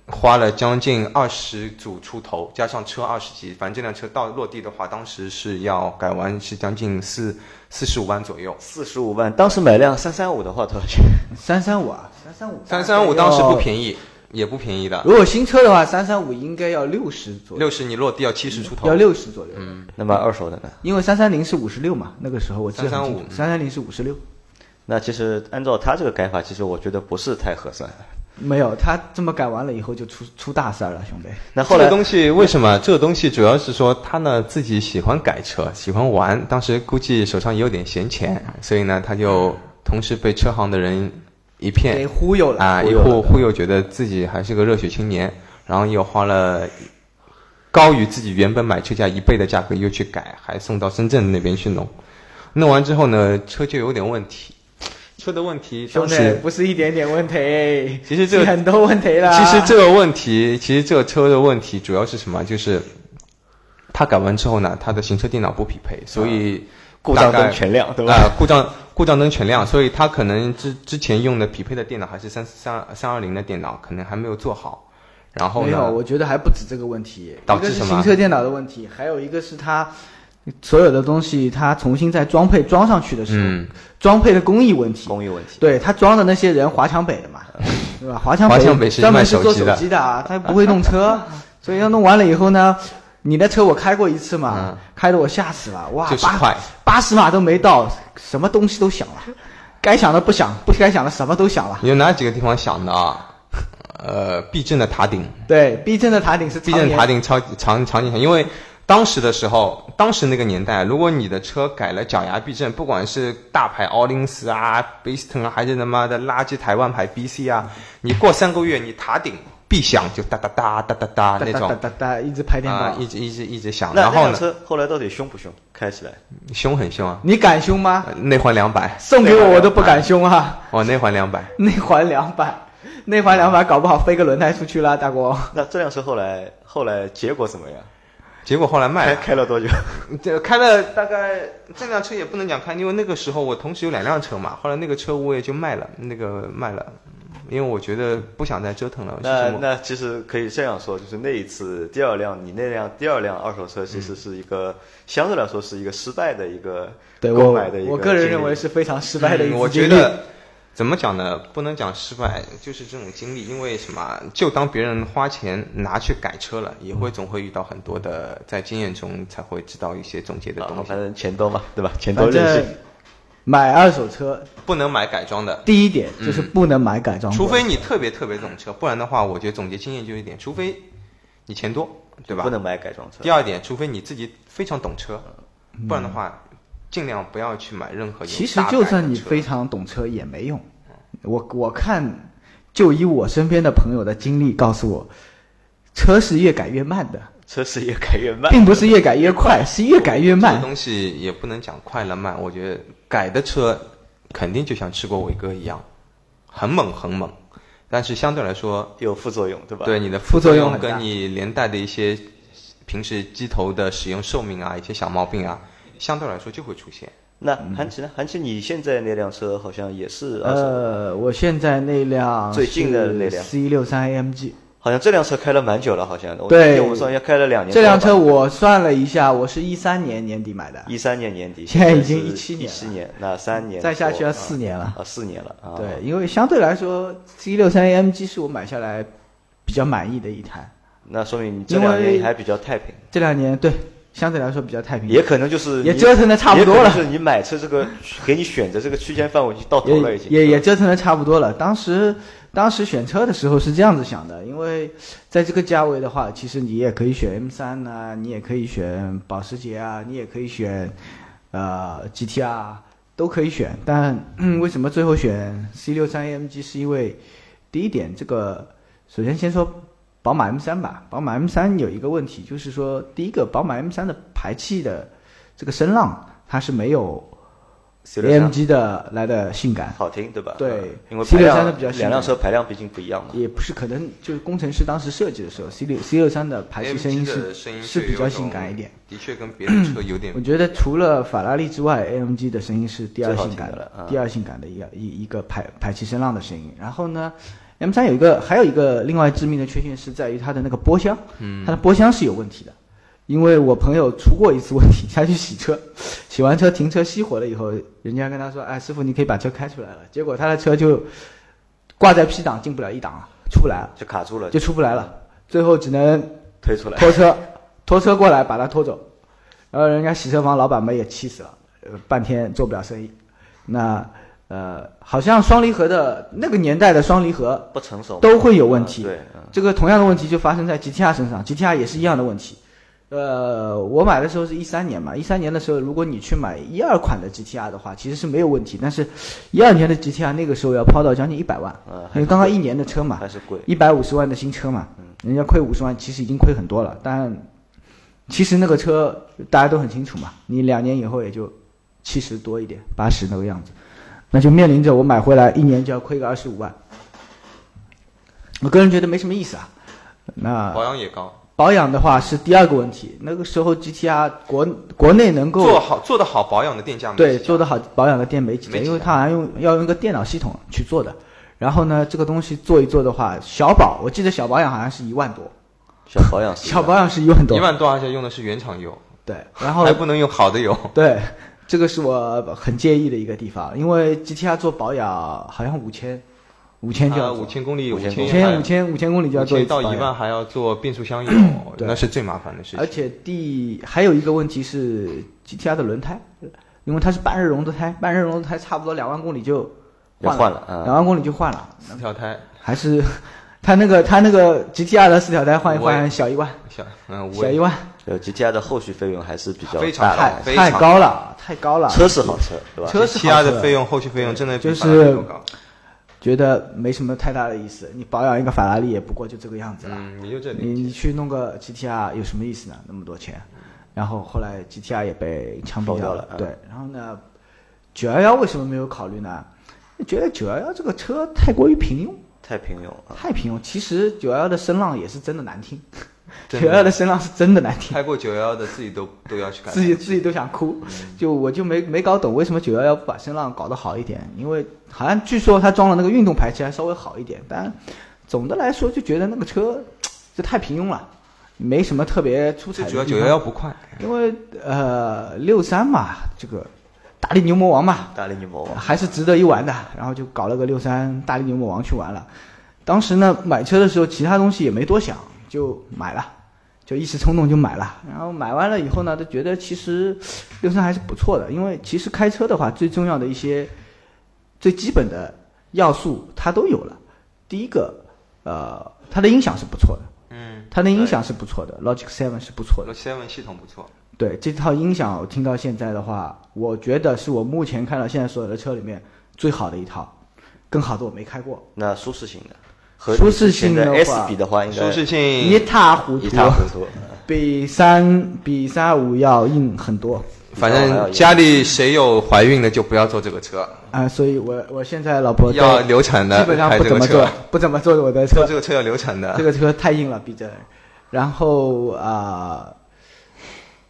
Speaker 2: 花了将近二十组出头，加上车二十几，反正这辆车到落地的话，当时是要改完是将近四四十五万左右。
Speaker 1: 四十五万，当时买辆三三五的话多少钱？
Speaker 3: 三三五啊，三三五，
Speaker 2: 三三五当时不便宜，也不便宜的，
Speaker 3: 如果新车的话，三三五应该要六十左右，
Speaker 2: 六十你落地要七十出头
Speaker 3: 要。六十左右，嗯，
Speaker 1: 那买二手的呢？
Speaker 3: 因为三三零是五十六嘛，那个时候我记得很
Speaker 2: 335
Speaker 3: 清楚，三三零是五十六，
Speaker 1: 那其实按照他这个改法，其实我觉得不是太合算。
Speaker 3: 没有，他这么改完了以后就出出大事儿了，兄弟。
Speaker 1: 那后
Speaker 2: 这
Speaker 1: 来
Speaker 2: 个东西为什么？这个东西主要是说他呢自己喜欢改车，喜欢玩，当时估计手上也有点闲钱，所以呢他就同时被车行的人一
Speaker 3: 给
Speaker 2: 骗
Speaker 3: 忽悠了
Speaker 2: 啊，
Speaker 3: 忽
Speaker 2: 一
Speaker 3: 悠了
Speaker 2: 忽忽悠，觉得自己还是个热血青年，然后又花了高于自己原本买车价一倍的价格又去改，还送到深圳那边去弄。弄完之后呢，车就有点问题，车的问题
Speaker 3: 兄
Speaker 2: 当
Speaker 3: 弟
Speaker 2: 时，
Speaker 3: 不是一点点问题，
Speaker 2: 其实这个
Speaker 3: 是很多问题啦。
Speaker 1: 啊
Speaker 2: 其实这个问题，其实这个车的问题主要是什么？就是它改完之后呢，它的行车电脑不匹配，所以
Speaker 1: 啊故障灯全亮，对
Speaker 2: 啊、
Speaker 1: 吧？
Speaker 2: 故障故障灯全亮，所以它可能之之前用的匹配的电脑还是三三三二零的电脑，可能还没有做好。然后
Speaker 3: 没有，
Speaker 2: 呢，
Speaker 3: 我觉得还不止这个问题，
Speaker 2: 导
Speaker 3: 一
Speaker 2: 致
Speaker 3: 个是
Speaker 2: 什么
Speaker 3: 行车电脑的问题，还有一个是它所有的东西它重新在装配装上去的时候，
Speaker 2: 嗯，
Speaker 3: 装配的工艺问题。
Speaker 1: 工艺问题。
Speaker 3: 对他装的那些人，华强北的嘛，对吧？华强
Speaker 2: 嗯华强北是
Speaker 3: 专门
Speaker 2: 卖
Speaker 3: 是
Speaker 2: 手
Speaker 3: 做
Speaker 2: 机
Speaker 3: 手
Speaker 2: 的
Speaker 3: 机的啊，他不会弄车， 所以要弄完了以后呢，你的车我开过一次嘛
Speaker 2: 嗯，
Speaker 3: 开的我吓死了，哇，
Speaker 2: 就是
Speaker 3: 八
Speaker 2: 快，
Speaker 3: 八十码都没到，什么东西都想了，该想的不想，不该想的什么都想了。
Speaker 2: 有哪几个地方想的啊？呃，避震的塔顶，
Speaker 3: 对，避震的塔顶是
Speaker 2: 避震塔
Speaker 3: 顶，
Speaker 2: 顶超级长场景很，因为当时的时候，当时那个年代，如果你的车改了脚牙避震，不管是大牌奥林斯啊、Baseton 啊，还是他妈的垃圾台湾牌 BC 啊，你过三个月你塔顶必响就哒哒哒哒哒
Speaker 3: 哒
Speaker 2: 啊哒那
Speaker 3: 哒哒
Speaker 2: 种
Speaker 3: 哒哒，一直拍电
Speaker 2: 啊
Speaker 3: 报，。
Speaker 2: 一直一直一直响。
Speaker 1: 那
Speaker 2: 然
Speaker 1: 那
Speaker 2: 后
Speaker 1: 辆
Speaker 2: 呢，
Speaker 1: 车后来到底凶不凶？开起来，
Speaker 2: 凶很凶啊，
Speaker 3: 你敢凶吗？
Speaker 2: 呃内环两百，
Speaker 3: 送给我我都不敢凶啊！
Speaker 2: 哦，内环两百，
Speaker 3: 内环两百，内环两百，搞不好飞个轮胎出去了，大哥。
Speaker 1: 那这辆车后来后来结果怎么样？
Speaker 2: 结果后来
Speaker 1: 开
Speaker 2: 卖了。
Speaker 1: 开了多久？
Speaker 2: 这开了大概这辆车也不能讲开，因为那个时候我同时有两辆车嘛，后来那个车我也就卖了，那个卖了，因为我觉得不想再折腾了。
Speaker 1: 那
Speaker 2: 就是我
Speaker 1: 那其实可以这样说，就是那一次第二辆你那辆第二辆二手车，
Speaker 3: 嗯
Speaker 1: 其实是一个、相对来说是一个失败的一个
Speaker 3: 对
Speaker 1: 购
Speaker 3: 我
Speaker 1: 买的一个经历。
Speaker 3: 我个人认为是非常失败的一
Speaker 2: 嗯
Speaker 3: 次
Speaker 2: 我觉
Speaker 3: 经历
Speaker 2: 得怎么讲呢？不能讲失败，就是这种经历，因为什么？就当别人花钱拿去改车了，也会总会遇到很多的，在经验中才会知道一些总结的
Speaker 1: 啊
Speaker 2: 东西。
Speaker 1: 反正钱多嘛，对吧？钱多
Speaker 3: 反
Speaker 1: 任
Speaker 3: 正
Speaker 1: 性。
Speaker 3: 买二手车
Speaker 2: 不能买改装的，
Speaker 3: 第一点就是不能买改装
Speaker 2: 嗯
Speaker 3: 过
Speaker 2: 除
Speaker 3: 的，
Speaker 2: 非你特别特别懂车，不然的话，我觉得总结经验就一点，除非你钱多，对吧
Speaker 1: 不？能买改装车
Speaker 2: 第。二点，除非你自己非常懂车，不然的话，尽量不要去买任何有
Speaker 3: 嗯其实
Speaker 2: 大改
Speaker 3: 就
Speaker 2: 的
Speaker 3: 算你
Speaker 2: 车
Speaker 3: 非常懂车也没用。我我看，就以我身边的朋友的经历告诉我，车是越改越慢的，
Speaker 1: 车是越改越慢，
Speaker 3: 并不是越改越快，是越改越
Speaker 2: 这个
Speaker 3: 慢。
Speaker 2: 东西也不能讲快了慢，我觉得改的车肯定就像吃过伟哥一样，很猛很猛，但是相对来说，
Speaker 1: 有副作用，对吧？
Speaker 2: 对你的
Speaker 3: 副
Speaker 2: 作
Speaker 3: 作用很大
Speaker 2: 跟你连带的一些平时机头的使用寿命啊，一些小毛病啊，相对来说就会出现。
Speaker 1: 那
Speaker 3: 嗯
Speaker 1: 韩琦呢？韩琦，你现在那辆车好像也是二手，
Speaker 3: 呃，我现在那辆
Speaker 1: 最近的那辆
Speaker 3: C 六三 AMG，
Speaker 1: 好像这辆车开了蛮久了，好像。我
Speaker 3: 对
Speaker 1: 记得我们算一下开了两年
Speaker 3: 这
Speaker 1: 啊多了吧。
Speaker 3: 辆车我算了一下，我是一三年年底买的，
Speaker 1: 一三年年底，
Speaker 3: 现在已经
Speaker 1: 一
Speaker 3: 17年了
Speaker 1: 七年，那三年
Speaker 3: 再下去
Speaker 1: 多
Speaker 3: 要四年了
Speaker 1: 啊，四年了啊。
Speaker 3: 对，，因为相对来说 C 六三 AMG 是我买下来比较满意的一台，
Speaker 1: 那说明你这两
Speaker 3: 因为
Speaker 1: 年还比较太平，
Speaker 3: 这两年对相对来说比较太平，
Speaker 1: 也可能就是
Speaker 3: 也
Speaker 1: 你
Speaker 3: 折腾得差不多了
Speaker 1: 也可能就是你买车这个给你选择这个区间范围已经到头了，
Speaker 3: 也
Speaker 1: 已经
Speaker 3: 也也折腾的差不多了。当时当时选车的时候是这样子想的，因为在这个价位的话，其实你也可以选 M 三呐，你也可以选保时捷啊，你也可以选呃 GT R 都可以选。但、 嗯为什么最后选 C 六三 AMG？是因为第一点，这个首先先说。宝马 M 三吧，宝马 M 三有一个问题，就是说，第一个，宝马 M 三的排气的这个声浪，它是没有
Speaker 1: C63
Speaker 3: AMG 的来的性感，
Speaker 1: 好听，对吧？嗯
Speaker 3: 对
Speaker 1: 因为
Speaker 3: C63
Speaker 1: 排
Speaker 3: 的
Speaker 1: 量
Speaker 3: 比较性
Speaker 1: 两辆
Speaker 3: 感
Speaker 1: 车排量毕竟不一样嘛。
Speaker 3: 也不是可能就是工程师当时设计的时候，C 六 C 六三的排气声音
Speaker 2: AMG 的
Speaker 3: 是
Speaker 2: 声音
Speaker 3: 是
Speaker 2: 有
Speaker 3: 比较
Speaker 2: 种嗯
Speaker 3: 性感一点。，
Speaker 2: 的确跟别的车有点
Speaker 3: 我觉得除了法拉利之外，AMG 的声音是第二
Speaker 1: 最好
Speaker 3: 性感
Speaker 1: 听的了啊
Speaker 3: 第二性感的一个一一个排排气声浪的声音。然后呢，M 三有一个还有一个另外致命的缺陷是在于它的那个波箱，
Speaker 2: 嗯
Speaker 3: 它的波箱是有问题的。因为我朋友出过一次问题，他去洗车， 洗完车停车熄火了以后，人家跟他说：“哎，师傅，你可以把车开出来了。”结果他的车就挂在 P 档，进不了一档了，出不来了，
Speaker 1: 就卡住了，
Speaker 3: 就出不来了，最后只能
Speaker 1: 推出来。
Speaker 3: 拖车，拖车过来把他拖走，然后人家洗车房老板们也气死了，呃，半天做不了生意。那呃，好像双离合的那个年代的双离合
Speaker 1: 不成熟嘛
Speaker 3: 都会有问
Speaker 1: 嗯
Speaker 3: 题
Speaker 1: 对，嗯
Speaker 3: 这个同样的问题就发生在 GTR 身上，GTR 也是一样的问题。呃，我买的时候是一三年嘛，一三年的时候，如果你去买一二款的 GTR 的话，其实是没有问题。但是，一二年的 GTR 那个时候要抛到将近一百万，
Speaker 1: 嗯还
Speaker 3: 因为
Speaker 1: 是
Speaker 3: 刚刚
Speaker 1: 贵
Speaker 3: 一年的车嘛，
Speaker 1: 嗯还是贵。
Speaker 3: 一百五十万的新车嘛，人家亏五十万，其实已经亏很多了。但其实那个车大家都很清楚嘛，你两年以后也就七十多一点，八十那个样子，那就面临着我买回来一年就要亏个二十五万。我个人觉得没什么意思啊。那
Speaker 2: 保养也高。
Speaker 3: 保养的话是第二个问题，那个时候 GTR 国国内能够
Speaker 2: 做好做得好保养的店家没
Speaker 3: 对，
Speaker 2: 几家
Speaker 3: 做得好保养的店没几
Speaker 2: 啊没
Speaker 3: 家，
Speaker 2: 几
Speaker 3: 因为
Speaker 2: 家
Speaker 3: 它好像用要用一个电脑系统去做的。然后呢，这个东西做一做的话，小保我记得小保养好像是一万多，
Speaker 1: 小保 养是一
Speaker 3: 小
Speaker 1: 样
Speaker 3: 保养是一万多，
Speaker 2: 一万多，而且用的是原厂油，
Speaker 3: 对。然后
Speaker 2: 还不能用好的油。
Speaker 3: 对，这个是我很介意的一个地方，因为 GTR 做保养好像五千，五千就要
Speaker 2: 啊呃五
Speaker 3: 做
Speaker 2: 千公里，
Speaker 1: 5000
Speaker 2: 千五
Speaker 3: 五千五千五千公里就要做一次
Speaker 2: 到
Speaker 3: 保
Speaker 2: 一
Speaker 3: 养
Speaker 2: 万还要做变速箱油，
Speaker 3: 对
Speaker 2: 那是最麻烦的事情。
Speaker 3: 而且第还有一个问题是 GTR 的轮胎，因为它是半热熔的胎，半热熔的胎差不多两万公里就
Speaker 1: 要
Speaker 3: 换
Speaker 1: 换了啊
Speaker 3: 两万公里就换了，
Speaker 2: 四条胎，
Speaker 3: 还是 它那个它那个 GTR 的四条胎换一
Speaker 2: 我也
Speaker 3: 换小一万，
Speaker 2: 小嗯，
Speaker 3: 小
Speaker 2: 我
Speaker 3: 一万
Speaker 1: 的。呃，GTR 的后续费用还是比较
Speaker 2: 非常
Speaker 1: 大的
Speaker 2: 大
Speaker 3: 太
Speaker 2: 非
Speaker 3: 太
Speaker 2: 常
Speaker 3: 高了，太高了，
Speaker 1: 车是好车，对吧？
Speaker 3: 车是
Speaker 2: 七
Speaker 3: 好
Speaker 2: R
Speaker 3: 车
Speaker 2: 的费用，后续费用真的比
Speaker 3: 就是
Speaker 2: 法拉利都高。
Speaker 3: 觉得没什么太大的意思。你保养一个法拉利也不过就这个样子了，
Speaker 2: 嗯，你就这
Speaker 3: 你
Speaker 2: 里，
Speaker 3: 你去弄个 GTR 有什么意思呢？那么多钱，然后后来 GTR 也被枪
Speaker 1: 爆
Speaker 3: 毙
Speaker 1: 掉
Speaker 3: 掉
Speaker 1: 了嗯
Speaker 3: 对，然后呢，九幺幺为什么没有考虑呢？觉得九幺幺这个车太过于平庸，
Speaker 1: 太平庸啊，
Speaker 3: 太平庸。其实九幺幺的声浪也是真的难听，九
Speaker 2: 真的
Speaker 3: 幺幺的声浪是真的难听。
Speaker 2: 开过九幺幺的自己都都要去改。
Speaker 3: 自己自己都想哭，就我就没没搞懂为什么九幺幺不把声浪搞得好一点，因为好像据说它装了那个运动排气还稍微好一点，但总的来说就觉得那个车这太平庸了，没什么特别出彩
Speaker 2: 最
Speaker 3: 的
Speaker 2: 主要九
Speaker 3: 地方。
Speaker 2: 幺幺不快，
Speaker 3: 因为呃六三嘛，这个大力牛魔王嘛，
Speaker 1: 大力女魔王
Speaker 3: 还是值得一玩的。然后就搞了个六三大力牛魔王去玩了。当时呢，买车的时候其他东西也没多想，就买了，就一时冲动就买了。然后买完了以后呢，就觉得其实六三还是不错的，因为其实开车的话，最重要的一些最基本的要素它都有了。第一个，呃，它的音响是不错的，
Speaker 2: 嗯，
Speaker 3: 它的音响是不错的，Logic Seven 是不错的。
Speaker 2: Seven 系统不错，
Speaker 3: 对这套音响，我听到现在的话，我觉得是我目前看到现在所有的车里面最好的一套，更好的我没开过，
Speaker 1: 那舒适性的和
Speaker 3: 舒适性的
Speaker 1: 的
Speaker 3: 话
Speaker 1: S 比的话，应该
Speaker 2: 舒适
Speaker 3: 一
Speaker 2: 性，
Speaker 3: 塌糊涂，
Speaker 1: 一塌糊涂。嗯
Speaker 3: 比三比三五要硬很多
Speaker 2: 反
Speaker 1: 然后还有
Speaker 2: 正家里谁有怀孕的就不要坐这个车，
Speaker 3: 啊、所以我我现在老婆
Speaker 2: 要
Speaker 3: 在
Speaker 2: 流产的
Speaker 3: 基本上
Speaker 2: 开
Speaker 3: 不
Speaker 2: 这
Speaker 3: 怎
Speaker 2: 个
Speaker 3: 么坐
Speaker 2: 车，，
Speaker 3: 不怎么坐我的车
Speaker 2: 坐，这个车要流产的
Speaker 3: 这。个车太硬了，逼真。然后啊、呃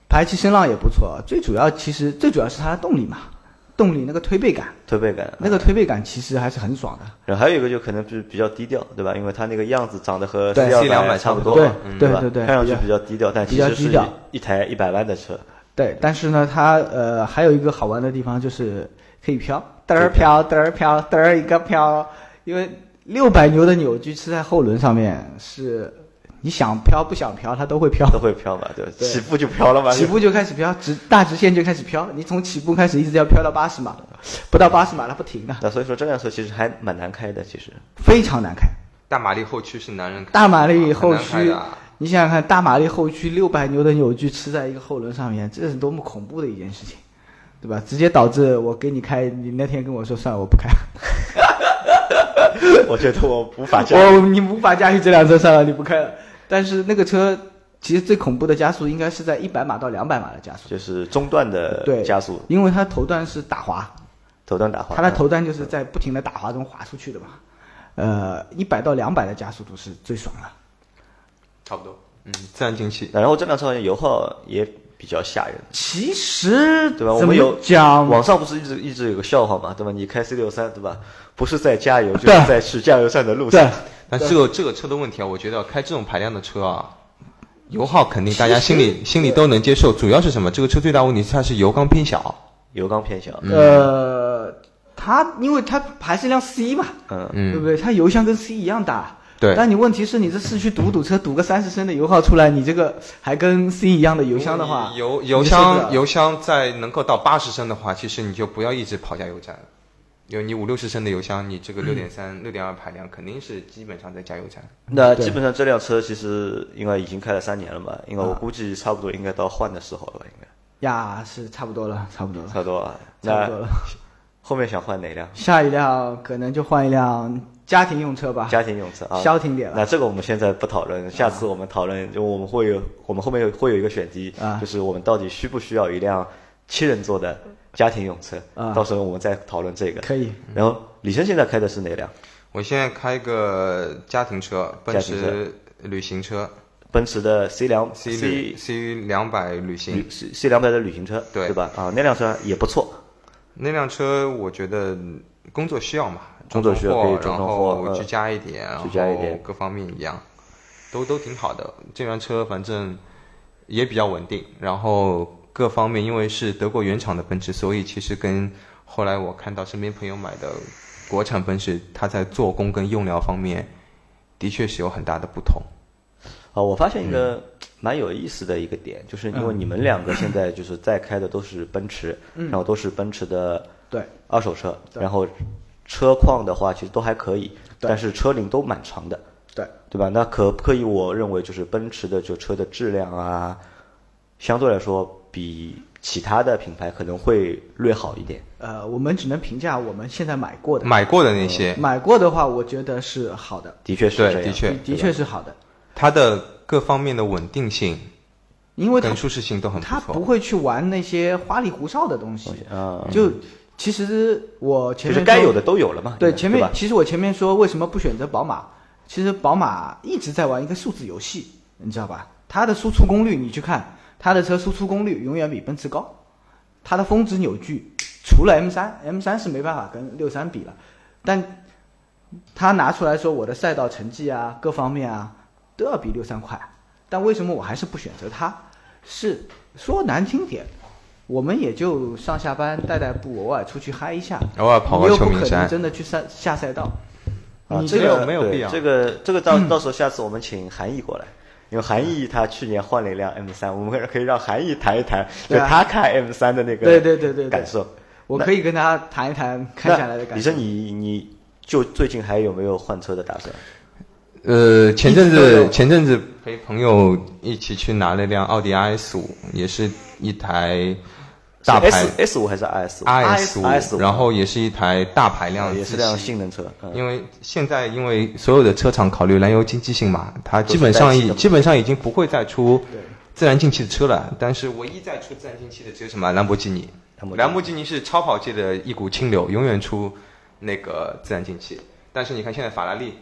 Speaker 3: 排气声浪也不错，最主要其实最主要是它的动力嘛，动力那个推背感，
Speaker 1: 推背感。
Speaker 3: 那个推背感其实还是很爽的。
Speaker 1: 然后还有一个就可能就是比较低调，对吧？因为它那个样子长得和
Speaker 3: 对
Speaker 1: C 两
Speaker 2: C200
Speaker 1: 差不多
Speaker 3: 对
Speaker 1: 嘛，嗯
Speaker 3: 对
Speaker 1: 吧
Speaker 3: 对对
Speaker 1: 看上
Speaker 3: 比
Speaker 1: 去
Speaker 3: 较
Speaker 1: 比较低调，但
Speaker 3: 比
Speaker 1: 其
Speaker 3: 较
Speaker 1: 实
Speaker 3: 低
Speaker 1: 是
Speaker 3: 调哦
Speaker 1: 一台一百万的车，
Speaker 3: 对，但是呢，它呃还有一个好玩的地方就是可以飘，嘚儿飘，嘚儿飘，嘚儿一个飘，因为六百牛的扭矩是在后轮上面，是你想飘不想飘它都会飘，
Speaker 1: 都会飘嘛，对吧，
Speaker 3: 对
Speaker 1: 起步就飘了嘛，
Speaker 3: 起步就开始飘，直大直线就开始飘，你从起步开始一直要飘到八十码，不到八十码它不停的，
Speaker 1: 那所以说这辆车其实还蛮难开的，其实
Speaker 3: 非常难开。
Speaker 2: 大马力后驱是男人开的，
Speaker 3: 大马力
Speaker 2: 很
Speaker 3: 后
Speaker 2: 难开
Speaker 3: 驱
Speaker 2: 的啊，
Speaker 3: 你想想看，大马力后驱六百牛的扭矩吃在一个后轮上面，这是多么恐怖的一件事情，对吧？直接导致我给你开，你那天跟我说算了，我不开，
Speaker 1: 我觉得我无法驾驭。
Speaker 3: 我你无法驾驭这辆车，算了，你不开了。但是那个车其实最恐怖的加速应该是在一百码到两百码的加 速，
Speaker 1: 就是中段的
Speaker 3: 对
Speaker 1: 呃加速，
Speaker 3: 因为它头段是打滑，
Speaker 1: 头段打滑。嗯
Speaker 3: 它的头段就是在不停的打滑中滑出去的嘛。呃，一百到两百的加速度是最爽的。
Speaker 2: 差不多，嗯，自然进气，
Speaker 1: 然后这辆车好像油耗也比较吓人，
Speaker 3: 其实
Speaker 1: 对吧？我
Speaker 3: 怎
Speaker 1: 们
Speaker 3: 么
Speaker 1: 有
Speaker 3: 讲，
Speaker 1: 网上不是一直一直有个笑话嘛，对吧？你开 C 六三，对吧？不是在加油，就是
Speaker 3: 对
Speaker 1: 在去加油站的路
Speaker 3: 对
Speaker 1: 上。。
Speaker 2: 但这个这个车的问题啊，我觉得开这种排量的车啊，油耗肯定大家心里心里都能接受。主要是什么？这个车最大问题是它是油缸偏小，
Speaker 1: 油缸偏小，
Speaker 3: 呃，它因为它还是辆 C 嘛，
Speaker 1: 嗯，
Speaker 2: 嗯
Speaker 3: 对不对？它油箱跟 C 一样大。
Speaker 2: 对
Speaker 3: 但你问题是你这市区堵堵车，堵个三十升的油耗出来，你这个还跟 C 一样的油箱的话，
Speaker 2: 油
Speaker 3: 你
Speaker 2: 油
Speaker 3: 受不了
Speaker 2: 箱油箱在能够到八十升的话，其实你就不要一直跑加油站了。有你五六十升的油箱，你这个六点
Speaker 3: 嗯
Speaker 2: 三、六点二排量肯定是基本上在加油站。
Speaker 1: 那
Speaker 3: 对
Speaker 1: 基本上这辆车其实应该已经开了三年了嘛，
Speaker 3: 啊
Speaker 1: 应该我估计差不多应该到换的时候了吧，应该
Speaker 3: 呀是差不多了，差不多了
Speaker 1: 差，不多啊。
Speaker 3: 差不多
Speaker 1: 那
Speaker 3: 了。
Speaker 1: 后面想换哪辆
Speaker 3: 下一辆可能就换一辆家庭用车吧，
Speaker 1: 家庭用车啊？
Speaker 3: 消停点了。
Speaker 1: 那这个我们现在不讨论，下次我们讨论，就我们会有，我们后面有会有一个选题
Speaker 3: 啊，
Speaker 1: 就是我们到底需不需要一辆七人座的家庭用车
Speaker 3: 啊？
Speaker 1: 到时候我们再讨论这个。嗯
Speaker 3: 可以，
Speaker 1: 然后李生现在开的是哪辆？
Speaker 2: 我现在开个家庭车，奔
Speaker 1: 家庭车
Speaker 2: 驰旅行车
Speaker 1: 奔驰的 C 两
Speaker 2: C 旅 C 两百旅行
Speaker 1: 旅 C 两百的旅行车，
Speaker 2: 对
Speaker 1: 对吧？啊，那辆车也不错，
Speaker 2: 那辆车，我觉得工作需要嘛，
Speaker 1: 工作需要可以
Speaker 2: 然
Speaker 1: 装装货
Speaker 2: 后
Speaker 1: 嗯
Speaker 2: 居家一点，然后
Speaker 1: 居家一点
Speaker 2: 各方面一样，都都挺好的。这辆车反正也比较稳定，然后各方面因为是德国原厂的奔驰，所以其实跟后来我看到身边朋友买的国产奔驰，它在做工跟用料方面的确是有很大的不同。
Speaker 1: 啊，我发现一
Speaker 3: 嗯
Speaker 1: 个蛮有意思的一个点，就是因为你们两个现在就是在开的都是奔驰，然后都是奔驰的
Speaker 3: 对，
Speaker 1: 二手车，
Speaker 3: 嗯对
Speaker 1: 然后车况的话其实都还可以，
Speaker 3: 对
Speaker 1: 但是车龄都蛮长的，
Speaker 3: 对，
Speaker 1: 对吧？那可不可以？我认为就是奔驰的就车的质量啊，相对来说比其他的品牌可能会略好一点。
Speaker 3: 呃，我们只能评价我们现在买过的，
Speaker 2: 买过的那些，
Speaker 3: 买过的话，我觉得是好的，
Speaker 1: 的确是
Speaker 2: 对
Speaker 1: 这样，
Speaker 2: 的确
Speaker 3: 的的确是好的，
Speaker 2: 它的各方面的稳定性
Speaker 3: 因为它
Speaker 2: 跟舒适性都很
Speaker 3: 他
Speaker 2: 不
Speaker 3: 不
Speaker 2: 错。
Speaker 3: 会去玩那些花里胡哨的东西。
Speaker 1: 啊，
Speaker 3: 就其实我前
Speaker 1: 其
Speaker 3: 面
Speaker 1: 实该
Speaker 3: 说
Speaker 1: 有的都有了嘛。
Speaker 3: 对
Speaker 1: 吧
Speaker 3: 前面
Speaker 1: 吧，
Speaker 3: 其实我前面说为什么不选择宝马？其实宝马一直在玩一个数字游戏，你知道吧？它的输出功率，你去看它的车输出功率永远比奔驰高，它的峰值扭矩除了 M 三，M 三是没办法跟六三比了，但它拿出来说我的赛道成绩啊，各方面啊都要比六三快，但为什么我还是不选择它？是说难听点，我们也就上下班带带步，偶尔出去嗨一下，
Speaker 2: 偶尔跑
Speaker 3: 你
Speaker 2: 个
Speaker 3: 又
Speaker 2: 秋
Speaker 3: 不
Speaker 2: 名
Speaker 3: 可能
Speaker 2: 山
Speaker 3: 真的去赛下赛道。
Speaker 1: 啊，
Speaker 3: 你
Speaker 1: 这
Speaker 2: 这
Speaker 1: 个
Speaker 2: 个没有
Speaker 1: 对
Speaker 2: 必要
Speaker 1: 这个这个到到时候下次我们请韩毅过来，因为韩毅他去年换了一辆 M 三，我们可以可以让韩毅谈一谈，就
Speaker 3: 对啊
Speaker 1: 他开 M 三的那个
Speaker 3: 对对对对对
Speaker 1: 感受。
Speaker 3: 我可以跟他谈一谈看下来的
Speaker 1: 那
Speaker 3: 感
Speaker 1: 李
Speaker 3: 受
Speaker 1: 生，。你你就最近还有没有换车的打算？
Speaker 2: 呃，前阵
Speaker 3: 一直都有
Speaker 2: 子前阵子陪朋友一起去拿了辆奥迪 RS 五，也是一台大牌
Speaker 1: S S 五还是 RS
Speaker 2: RS
Speaker 1: 5
Speaker 2: 五，然后也是一台大排量
Speaker 1: 哦也是
Speaker 2: 自吸，
Speaker 1: 辆性能车，嗯
Speaker 2: 因为现在因为所有的车厂考虑燃油经济性嘛，它基本
Speaker 1: 都
Speaker 2: 上
Speaker 1: 是带气
Speaker 2: 已
Speaker 1: 的嘛
Speaker 2: 基本上已经不会再出
Speaker 3: 对
Speaker 2: 自然进气的车了。但是唯一再出自然进气的只有什么？兰博基尼
Speaker 1: 兰博基尼。
Speaker 2: 兰博基尼是超跑界的一股清流，永远出那个自然进气。但是你看现在法拉利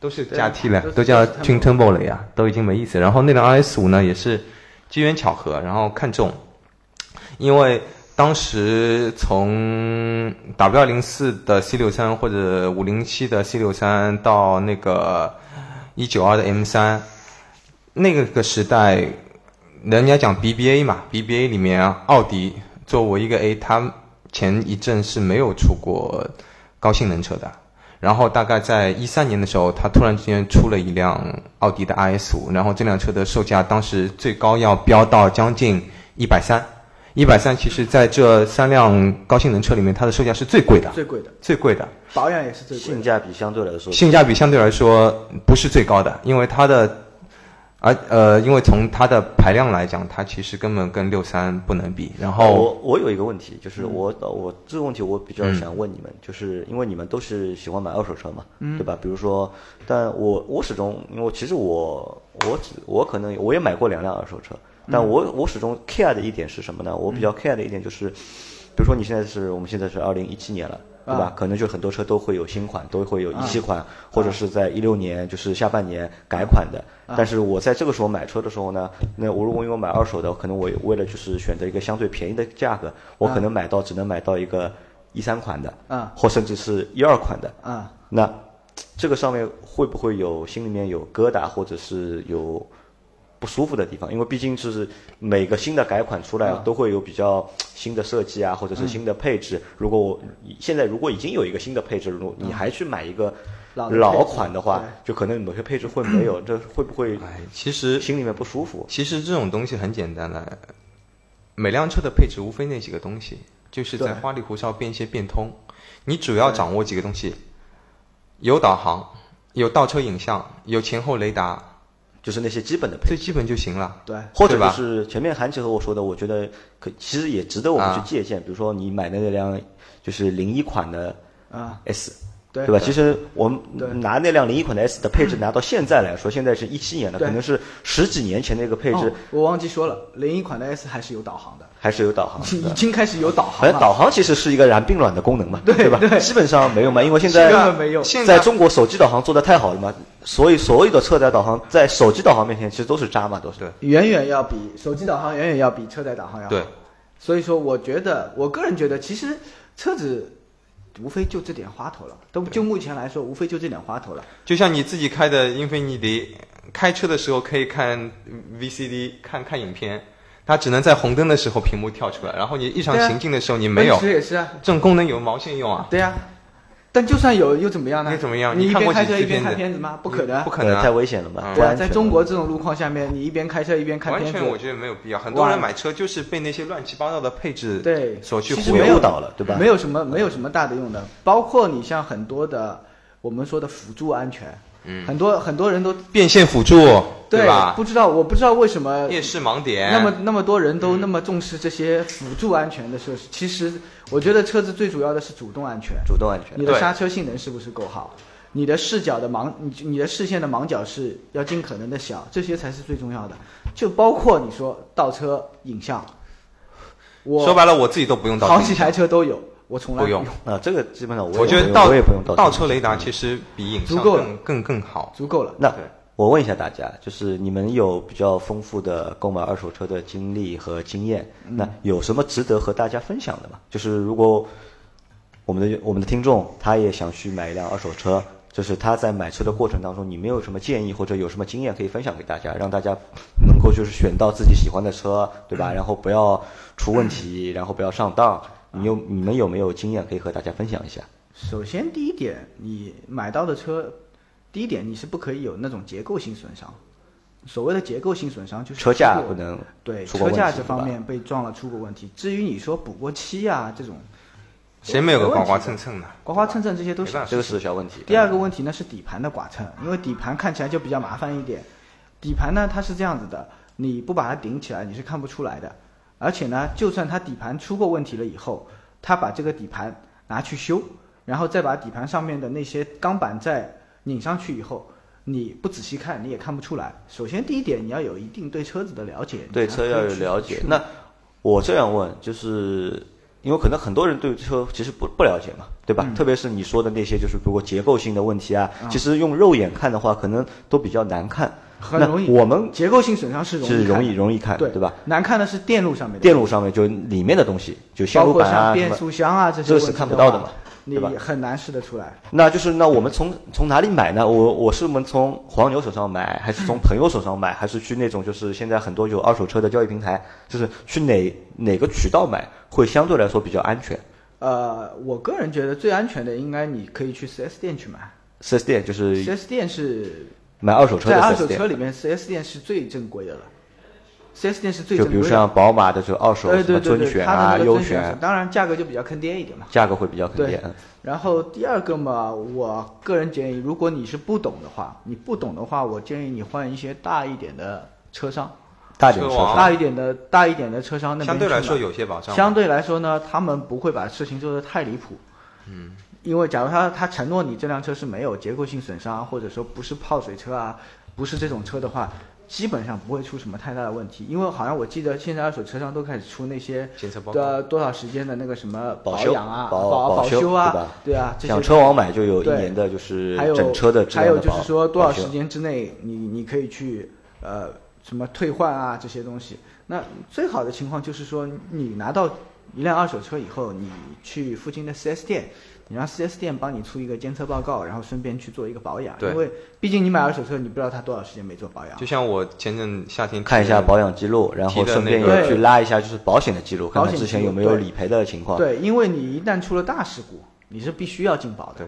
Speaker 2: 都是
Speaker 3: 对
Speaker 2: 加 T 了
Speaker 3: 都，是
Speaker 2: 都叫
Speaker 3: 都是
Speaker 2: Twin Turbo 了呀，都已经没意思。然后那辆 RS 五呢，也是机缘巧合，然后看中，因为当时从 W 幺零四的 C 六三或者五零七的 C 六三到那个一九二的 M 三，那个个时代，人家讲 BBA 嘛，BBA 里面啊奥迪作为一个 A，它前一阵是没有出过高性能车的。然后大概在一三年的时候，它突然之间出了一辆奥迪的 RS 五，然后这辆车的售价当时最高要飙到将近一百三，一百三其实在这三辆高性能车里面，它的售价是最贵的，
Speaker 3: 最贵的
Speaker 2: 最贵的。
Speaker 3: 保养也是最贵
Speaker 1: 性
Speaker 3: 的，
Speaker 1: 价比相对来说，
Speaker 2: 性价比相对来说不是最高的，因为它的，而呃，因为从它的排量来讲，它其实根本跟六三不能比。然后
Speaker 1: 呃
Speaker 3: 哦
Speaker 2: 嗯
Speaker 1: 我我有一个问题，就是我、呃我这个问题我比较想问你们，就是因为你们都是喜欢买二手车嘛，
Speaker 2: 嗯
Speaker 1: 对吧？比如说，但我我始终，因为其实我我只我可能我也买过两辆二手车，
Speaker 2: 嗯
Speaker 1: 但我、我始终 care 的一点是什么呢？我比较 care 的一点就是，比如说你现在是我们现在是二零一七年了。对吧？可能就很多车都会有新款，都会有一七款，或者是在一六年就是下半年改款的。但是我在这个时候买车的时候呢，那我如果因为我买二手的，可能我为了就是选择一个相对便宜的价格，我可能买到只能买到一个一三款的，
Speaker 3: 啊
Speaker 1: 或甚至是一二款的。
Speaker 3: 啊，
Speaker 1: 那这个上面会不会有心里面有疙瘩，或者是有不舒服的地方？因为毕竟就是每个新的改款出
Speaker 3: 嗯
Speaker 1: 来都会有比较新的设计啊，或者是新的配置。如果我现在如果已经有一个新的配置，如你还去买一个
Speaker 3: 老的配置
Speaker 1: 老款的话，就可能某些配置会 没有，这会不会
Speaker 2: 哎，其实
Speaker 1: 心里面不舒服？
Speaker 2: 其实这种东西很简单的，每辆车的配置无非那几个东西，就是在
Speaker 3: 对
Speaker 2: 花里胡哨变一些变通。你主要掌握几个东西：有导航，有倒车影像，有前后雷达，
Speaker 1: 就是那些基本的配置。
Speaker 2: 最基本就行了。
Speaker 3: 对，
Speaker 1: 或者
Speaker 2: 对
Speaker 1: 就
Speaker 2: 吧
Speaker 1: 是前面韩琦和我说的，我觉得可其实也值得我们去
Speaker 2: 啊
Speaker 1: 借鉴。比如说你买的那辆就是零一款的
Speaker 3: 啊
Speaker 1: S，
Speaker 3: 对
Speaker 1: 吧？其实我们
Speaker 3: 对嗯
Speaker 1: 拿那辆零一款的 S 的配置拿到现在来说，现在是一七年了，
Speaker 3: 对
Speaker 1: 可能是十几年前那个配置
Speaker 3: 哦我忘记说了，零一款的 S 还是有导航的，
Speaker 1: 还是有导航
Speaker 3: 已
Speaker 1: 的。
Speaker 3: 经开始有导
Speaker 1: 反
Speaker 3: 航
Speaker 1: 正
Speaker 3: 了。
Speaker 1: 导航其实是一个燃并卵的功能嘛，对吧？基本上没有嘛，因为现
Speaker 3: 根本
Speaker 1: 在
Speaker 3: 没有，
Speaker 2: 现
Speaker 1: 在
Speaker 2: 在
Speaker 1: 中国手机导航做的太好了嘛，所以所有的车载导航在手机导航面前其实都是渣嘛，都是
Speaker 2: 对
Speaker 3: 远远要比手机导航远远要比车载导航要好。
Speaker 2: 对，
Speaker 3: 所以说我觉得，我个人觉得，其实车子无非就这点花头了，都就目前来说，无非就这点花头了。
Speaker 2: 就像你自己开的英菲尼迪，开车的时候可以看 VCD 看看影片，它只能在红灯的时候屏幕跳出来，然后你异常
Speaker 3: 对啊
Speaker 2: 行进的时候你没有，
Speaker 3: 奔驰也是啊，
Speaker 2: 这种功能有毛线用啊？
Speaker 3: 对呀、但就算有又怎么样呢？
Speaker 2: 又怎么样
Speaker 3: 你一
Speaker 2: 你看
Speaker 3: 边
Speaker 2: 过
Speaker 3: 开
Speaker 2: 几
Speaker 3: 车
Speaker 2: 次
Speaker 3: 一边
Speaker 2: 片
Speaker 3: 看
Speaker 2: 子
Speaker 3: 片子吗？不可能
Speaker 2: 不。可
Speaker 1: 呃
Speaker 2: 能
Speaker 1: 太
Speaker 2: 啊。
Speaker 1: 危险了嘛，
Speaker 2: 嗯
Speaker 1: 不
Speaker 3: 对啊，
Speaker 1: 安
Speaker 3: 在
Speaker 1: 全。
Speaker 3: 中国这种路况下面，你一边开车一边看
Speaker 2: 完
Speaker 3: 片
Speaker 2: 全，我
Speaker 3: 子，
Speaker 2: 觉得没有必要。很多人
Speaker 3: 哇
Speaker 2: 买车就是被那些乱七八糟的配置
Speaker 3: 对，
Speaker 2: 所去
Speaker 3: 其
Speaker 2: 忽
Speaker 3: 实
Speaker 2: 悠
Speaker 3: 没有
Speaker 1: 误导了对吧
Speaker 3: 没有什么没有什么大的用的，包括你像很多的我们说的辅助安全，嗯，很多很多人都
Speaker 2: 变现辅助，
Speaker 3: 对
Speaker 2: 吧？
Speaker 3: 不知道我不知道为什么
Speaker 2: 夜视盲点，
Speaker 3: 那么那么多人都那么重视这些辅助安全的设施，其实我觉得车子最主要的是主动安全，
Speaker 1: 主动安全
Speaker 3: 你的
Speaker 2: 对
Speaker 3: 刹车性能是不是够好，你的视角的盲，你你的视线的盲角是要尽可能的小，这些才是最重要的。就包括你说倒车影像，我
Speaker 2: 说白了我自己都不用倒车
Speaker 3: 好几台车都有，我从来
Speaker 2: 不用
Speaker 1: 啊，这个基本上我也
Speaker 2: 我觉
Speaker 1: 不
Speaker 2: 得
Speaker 1: 用
Speaker 2: 倒
Speaker 1: 我也不用倒
Speaker 2: 倒
Speaker 1: 车
Speaker 2: 车雷达其实比影
Speaker 3: 足
Speaker 2: 像
Speaker 3: 够了
Speaker 2: 更更更好。
Speaker 3: 足够了。
Speaker 1: 那
Speaker 2: 对
Speaker 1: 我问一下大家，就是你们有比较丰富的购买二手车的经历和经验，
Speaker 3: 嗯
Speaker 1: 那有什么值得和大家分享的吗？就是如果我们的我们的听众他也想去买一辆二手车，就是他在买车的过程当中，你们有什么建议或者有什么经验可以分享给大家，让大家能够就是选到自己喜欢的车，对
Speaker 3: 嗯
Speaker 1: 吧？然后不要出问题，然后不要上当。你有你们有没有经验可以和大家分享一下？
Speaker 3: 首先，第一点，你买到的车，第一点你是不可以有那种结构性损伤，所谓的结构性损伤就是
Speaker 1: 车架
Speaker 3: 出
Speaker 1: 不
Speaker 3: 过
Speaker 1: 能
Speaker 3: 对
Speaker 1: 出
Speaker 3: 车
Speaker 1: 过问
Speaker 3: 架
Speaker 1: 题
Speaker 3: 这
Speaker 1: 对
Speaker 3: 方
Speaker 1: 吧
Speaker 3: 面被撞了出过问题。至于你说补过漆啊这种，
Speaker 2: 谁没有个
Speaker 3: 没
Speaker 2: 刮
Speaker 3: 问题
Speaker 2: 刮
Speaker 3: 的
Speaker 2: 蹭蹭的？
Speaker 3: 刮刮蹭蹭这些都
Speaker 2: 没
Speaker 3: 是
Speaker 2: 办法
Speaker 1: 这个是小问题。
Speaker 3: 第二个问题呢是底盘的剐蹭，因为底盘看起来就比较麻烦一点。底盘呢它是这样子的，你不把它顶起来你是看不出来的。而且呢，就算它底盘出过问题了以后，它把这个底盘拿去修，然后再把底盘上面的那些钢板再拧上去以后，你不仔细看你也看不出来。首先第一点，你要有一定对车子的了解，
Speaker 1: 对
Speaker 3: 你才
Speaker 1: 车要
Speaker 3: 可以
Speaker 1: 有
Speaker 3: 去
Speaker 1: 了解
Speaker 3: 去。
Speaker 1: 那我这样问，就是因为可能很多人对车其实不不了解嘛，对
Speaker 3: 嗯
Speaker 1: 吧？特别是你说的那些，就是如果结构性的问题啊，其实用肉眼看的话，可能都比较难看。
Speaker 3: 很
Speaker 1: 那
Speaker 3: 容易
Speaker 1: 我们
Speaker 3: 结构性损伤是容易
Speaker 1: 是容易
Speaker 3: 看的
Speaker 1: 容易看，
Speaker 3: 对
Speaker 1: 对吧？？
Speaker 3: 难看的是电路上面的
Speaker 1: 电路上面就里面的东西，就线
Speaker 3: 包
Speaker 1: 路
Speaker 3: 括
Speaker 1: 板
Speaker 3: 像
Speaker 1: 啊
Speaker 3: 变
Speaker 1: 什么。
Speaker 3: 速箱啊这些
Speaker 1: 这个是
Speaker 3: 问题
Speaker 1: 看不
Speaker 3: 话
Speaker 1: 到的嘛
Speaker 3: 你
Speaker 1: 对吧
Speaker 3: 很难试得出来。
Speaker 1: 那就是那我们从从哪里买呢？我我是我们从黄牛手上买，还是从朋友手上买，还是去那种就是现在很多有二手车的交易平台，就是去哪哪个渠道买会相对来说比较安全？
Speaker 3: 呃，我个人觉得最安全的应该你可以去 4S 店去买
Speaker 1: 四 S 店就是
Speaker 3: ，4S 店是
Speaker 1: 买二手车
Speaker 3: 在
Speaker 1: 的
Speaker 3: 二
Speaker 1: 四
Speaker 3: 手
Speaker 1: S
Speaker 3: 车
Speaker 1: 店，
Speaker 3: 里面 4S 店是最正规的了，4S 店是最
Speaker 1: 就
Speaker 3: 正
Speaker 1: 比
Speaker 3: 规
Speaker 1: 如
Speaker 3: 的。
Speaker 1: 像宝马的就二手
Speaker 3: 对
Speaker 1: 什
Speaker 3: 对
Speaker 1: 么
Speaker 3: 对
Speaker 1: 尊
Speaker 3: 对，
Speaker 1: 选
Speaker 3: 它的
Speaker 1: 啊、
Speaker 3: 那个
Speaker 1: 优
Speaker 3: 尊选
Speaker 1: 选
Speaker 3: 是，，当然价格就比较坑爹一点嘛。
Speaker 1: 价格会比较坑
Speaker 3: 对
Speaker 1: 爹。
Speaker 3: 然后第二个嘛，我个人建议，如果你是不懂的话，你不懂的话，我建议你换一些大一点的车商，
Speaker 1: 大点
Speaker 2: 车
Speaker 1: 车
Speaker 2: 王
Speaker 1: 商
Speaker 3: 大一点的大一点的车商那边
Speaker 2: 相对来
Speaker 3: 去买
Speaker 2: 说有些保障吧。
Speaker 3: 相对来说呢，他们不会把事情做得太离谱。嗯，因为假如他他承诺你这辆车是没有结构性损伤，或者说不是泡水车啊，不是这种车的话，基本上不会出什么太大的问题。因为好像我记得现在二手车上都开始出那些
Speaker 2: 检测报告
Speaker 3: 的啊多少时间的那个什么
Speaker 1: 保修
Speaker 3: 养啊、
Speaker 1: 保
Speaker 3: 保
Speaker 1: 保修
Speaker 3: 修啊
Speaker 1: 对吧，
Speaker 3: 对啊，这些
Speaker 1: 像车王买就有一
Speaker 3: 对
Speaker 1: 年的就是
Speaker 3: 还有
Speaker 1: 整车的质
Speaker 3: 还
Speaker 1: 量
Speaker 3: 有
Speaker 1: 的
Speaker 3: 就
Speaker 1: 保
Speaker 3: 是说多少
Speaker 1: 保修
Speaker 3: 时间之内你你可以去呃什么退换啊这些东西。那最好的情况就是说你拿到一辆二手车以后，你去附近的 4S 店，你让 4S 店帮你出一个监测报告，然后顺便去做一个保养，
Speaker 2: 对
Speaker 3: 因为毕竟你买二手车，你不知道它多少时间没做保养
Speaker 2: 就。像我前阵夏天
Speaker 1: 啊看一下
Speaker 2: 提的
Speaker 1: 保养记录，然后
Speaker 2: 提的
Speaker 1: 顺便
Speaker 2: 那个
Speaker 1: 也去拉一下就是保险的记录，看
Speaker 3: 保
Speaker 1: 看
Speaker 3: 险
Speaker 1: 之前
Speaker 3: 记录
Speaker 1: 有没有
Speaker 3: 对
Speaker 1: 理赔的情况。
Speaker 3: 对，因为你一旦出了大事故，你是必须要进保的
Speaker 2: 对，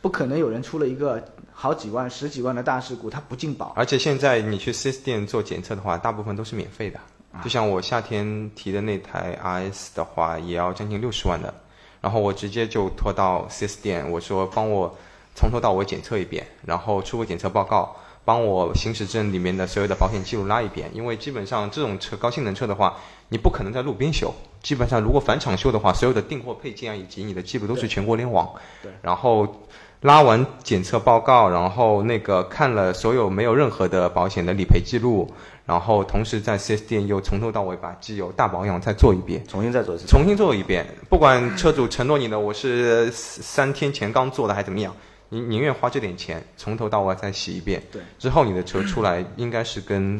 Speaker 3: 不可能有人出了一个好几万、十几万的大事故他不进保。
Speaker 2: 而且现在你去 4S 店做检测的话，大部分都是免费的。
Speaker 1: 啊
Speaker 2: 就像我夏天提的那台 RS 的话，也要将近六十万的，然后我直接就拖到 4S 店，我说帮我从头到尾检测一遍，然后出个检测报告，帮我行驶证里面的所有的保险记录拉一遍。因为基本上这种车高性能车的话，你不可能在路边修，基本上如果返厂修的话，所有的订货配件啊以及你的记录都是全国联网。
Speaker 3: 对
Speaker 2: 然后拉完检测报告，然后那个看了所有没有任何的保险的理赔记录，然后同时在 4S 店又从头到尾把机油大保养再做一遍，
Speaker 1: 重新再做一次。
Speaker 2: 重新做一遍，不管车主承诺你的我是三天前刚做的还怎么样，你宁愿花这点钱从头到尾再洗一遍，
Speaker 3: 对，
Speaker 2: 之后你的车出来应该是跟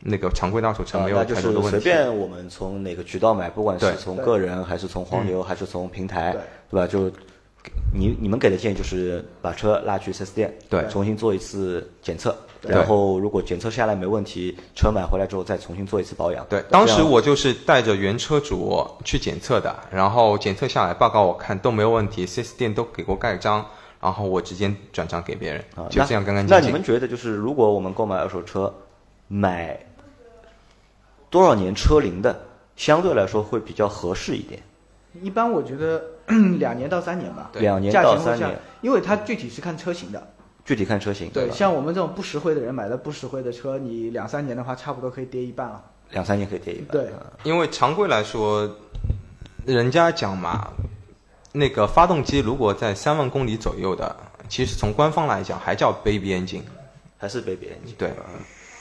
Speaker 2: 那个常规的二手车没
Speaker 1: 啊
Speaker 2: 有
Speaker 1: 那就
Speaker 2: 太多的
Speaker 1: 是
Speaker 2: 问
Speaker 1: 随
Speaker 2: 题。
Speaker 1: 便我们从哪个渠道买，不管
Speaker 2: 对嗯
Speaker 1: 是从个人还是从黄牛还是从平台，
Speaker 3: 对
Speaker 1: 对吧？就你你们给的建议就是把车拉去 4S 店，
Speaker 2: 对
Speaker 1: 重新做一次检测，
Speaker 2: 对
Speaker 1: 然后如果检测下来没问题，车买回来之后再重新做一次保养。
Speaker 2: 对，当
Speaker 1: 这
Speaker 2: 时
Speaker 1: 样
Speaker 2: 我就是带着原车主去检测的，然后检测下来报告我看都没有问题，4S 店都给过盖章，然后我直接转账给别人，
Speaker 1: 啊，
Speaker 2: 就这样干干
Speaker 1: 那。
Speaker 2: 净
Speaker 1: 那你
Speaker 2: 净
Speaker 1: 们。觉得，就是如果我们购买二手车，买多少年车龄的，相对来说会比较合适一点？
Speaker 3: 一般我觉得 两年到三年吧，
Speaker 2: 对
Speaker 1: 两年
Speaker 3: 价
Speaker 1: 到
Speaker 3: 钱会
Speaker 1: 三
Speaker 3: 下
Speaker 1: 年，，
Speaker 3: 因为它具体是看车型的。
Speaker 1: 具体看车型，吧？
Speaker 3: 像我们这种不实惠的人买的不实惠的车，你两三年的话，差不多可以跌一半了。
Speaker 1: 两三年可以跌一半。
Speaker 3: 对
Speaker 1: 啊
Speaker 2: 因为常规来说，人家讲嘛，那个发动机如果在三万公里左右的，其实从官方来讲还叫 baby engine，
Speaker 1: 还是被别人
Speaker 2: 对，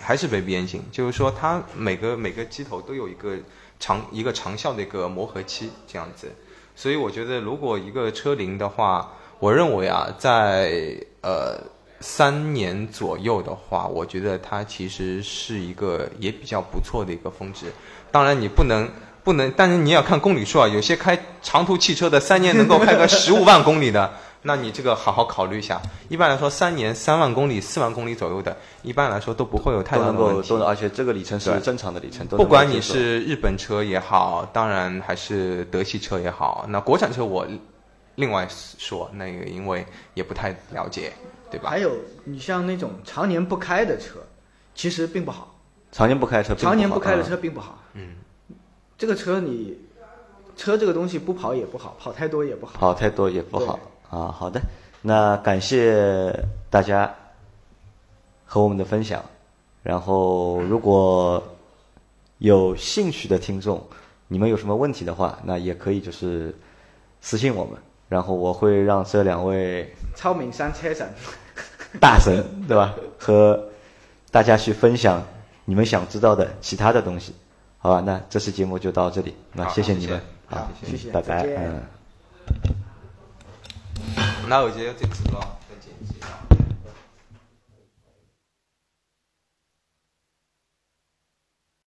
Speaker 2: 还是 baby engine，就是说它每个每个机头都有一个长一个长效的一个磨合期这样子，所以我觉得如果一个车龄的话，我认为啊，在呃三年左右的话，我觉得它其实是一个也比较不错的一个峰值。当然你不能。不能，但是你也要看公里数啊。有些开长途汽车的，三年能够开个十五万公里的， 那你这个好好考虑一下。一般来说，三年三万公里、四万公里左右的，一般来说都不会有太
Speaker 1: 都
Speaker 2: 多
Speaker 1: 能
Speaker 2: 的问
Speaker 1: 够
Speaker 2: 题。
Speaker 1: 都能，而且这个里程是
Speaker 2: 对
Speaker 1: 正常的里程，都
Speaker 2: 不
Speaker 1: 能够
Speaker 2: 管你
Speaker 1: 接受
Speaker 2: 是日本车也好，当然还是德系车也好，那国产车我另外说，那个因为也不太了解，对吧
Speaker 1: 哎
Speaker 3: 还？有，你像那种常年不开的车，其实并不好，
Speaker 1: 常年不开车并好，
Speaker 3: 常年不开的车
Speaker 1: 嗯
Speaker 3: 并不好。嗯，这个车你车这个东西不跑也不好，跑太多也不好。
Speaker 1: 跑太多也不好啊。好的，那感谢大家和我们的分享。然后，如果有兴趣的听众，你们有什么问题的话，那也可以就是私信我们，然后我会让这两位
Speaker 3: 超敏山车神，
Speaker 1: 大神，对吧？和大家去分享你们想知道的其他的东西，好吧？那这次节目就到这里，那
Speaker 2: 好
Speaker 1: 谢你们，
Speaker 2: 谢谢
Speaker 1: 好，嗯
Speaker 3: 谢谢
Speaker 1: 拜拜，
Speaker 3: 再见
Speaker 1: 嗯。
Speaker 2: 那我觉得这次咯，再见。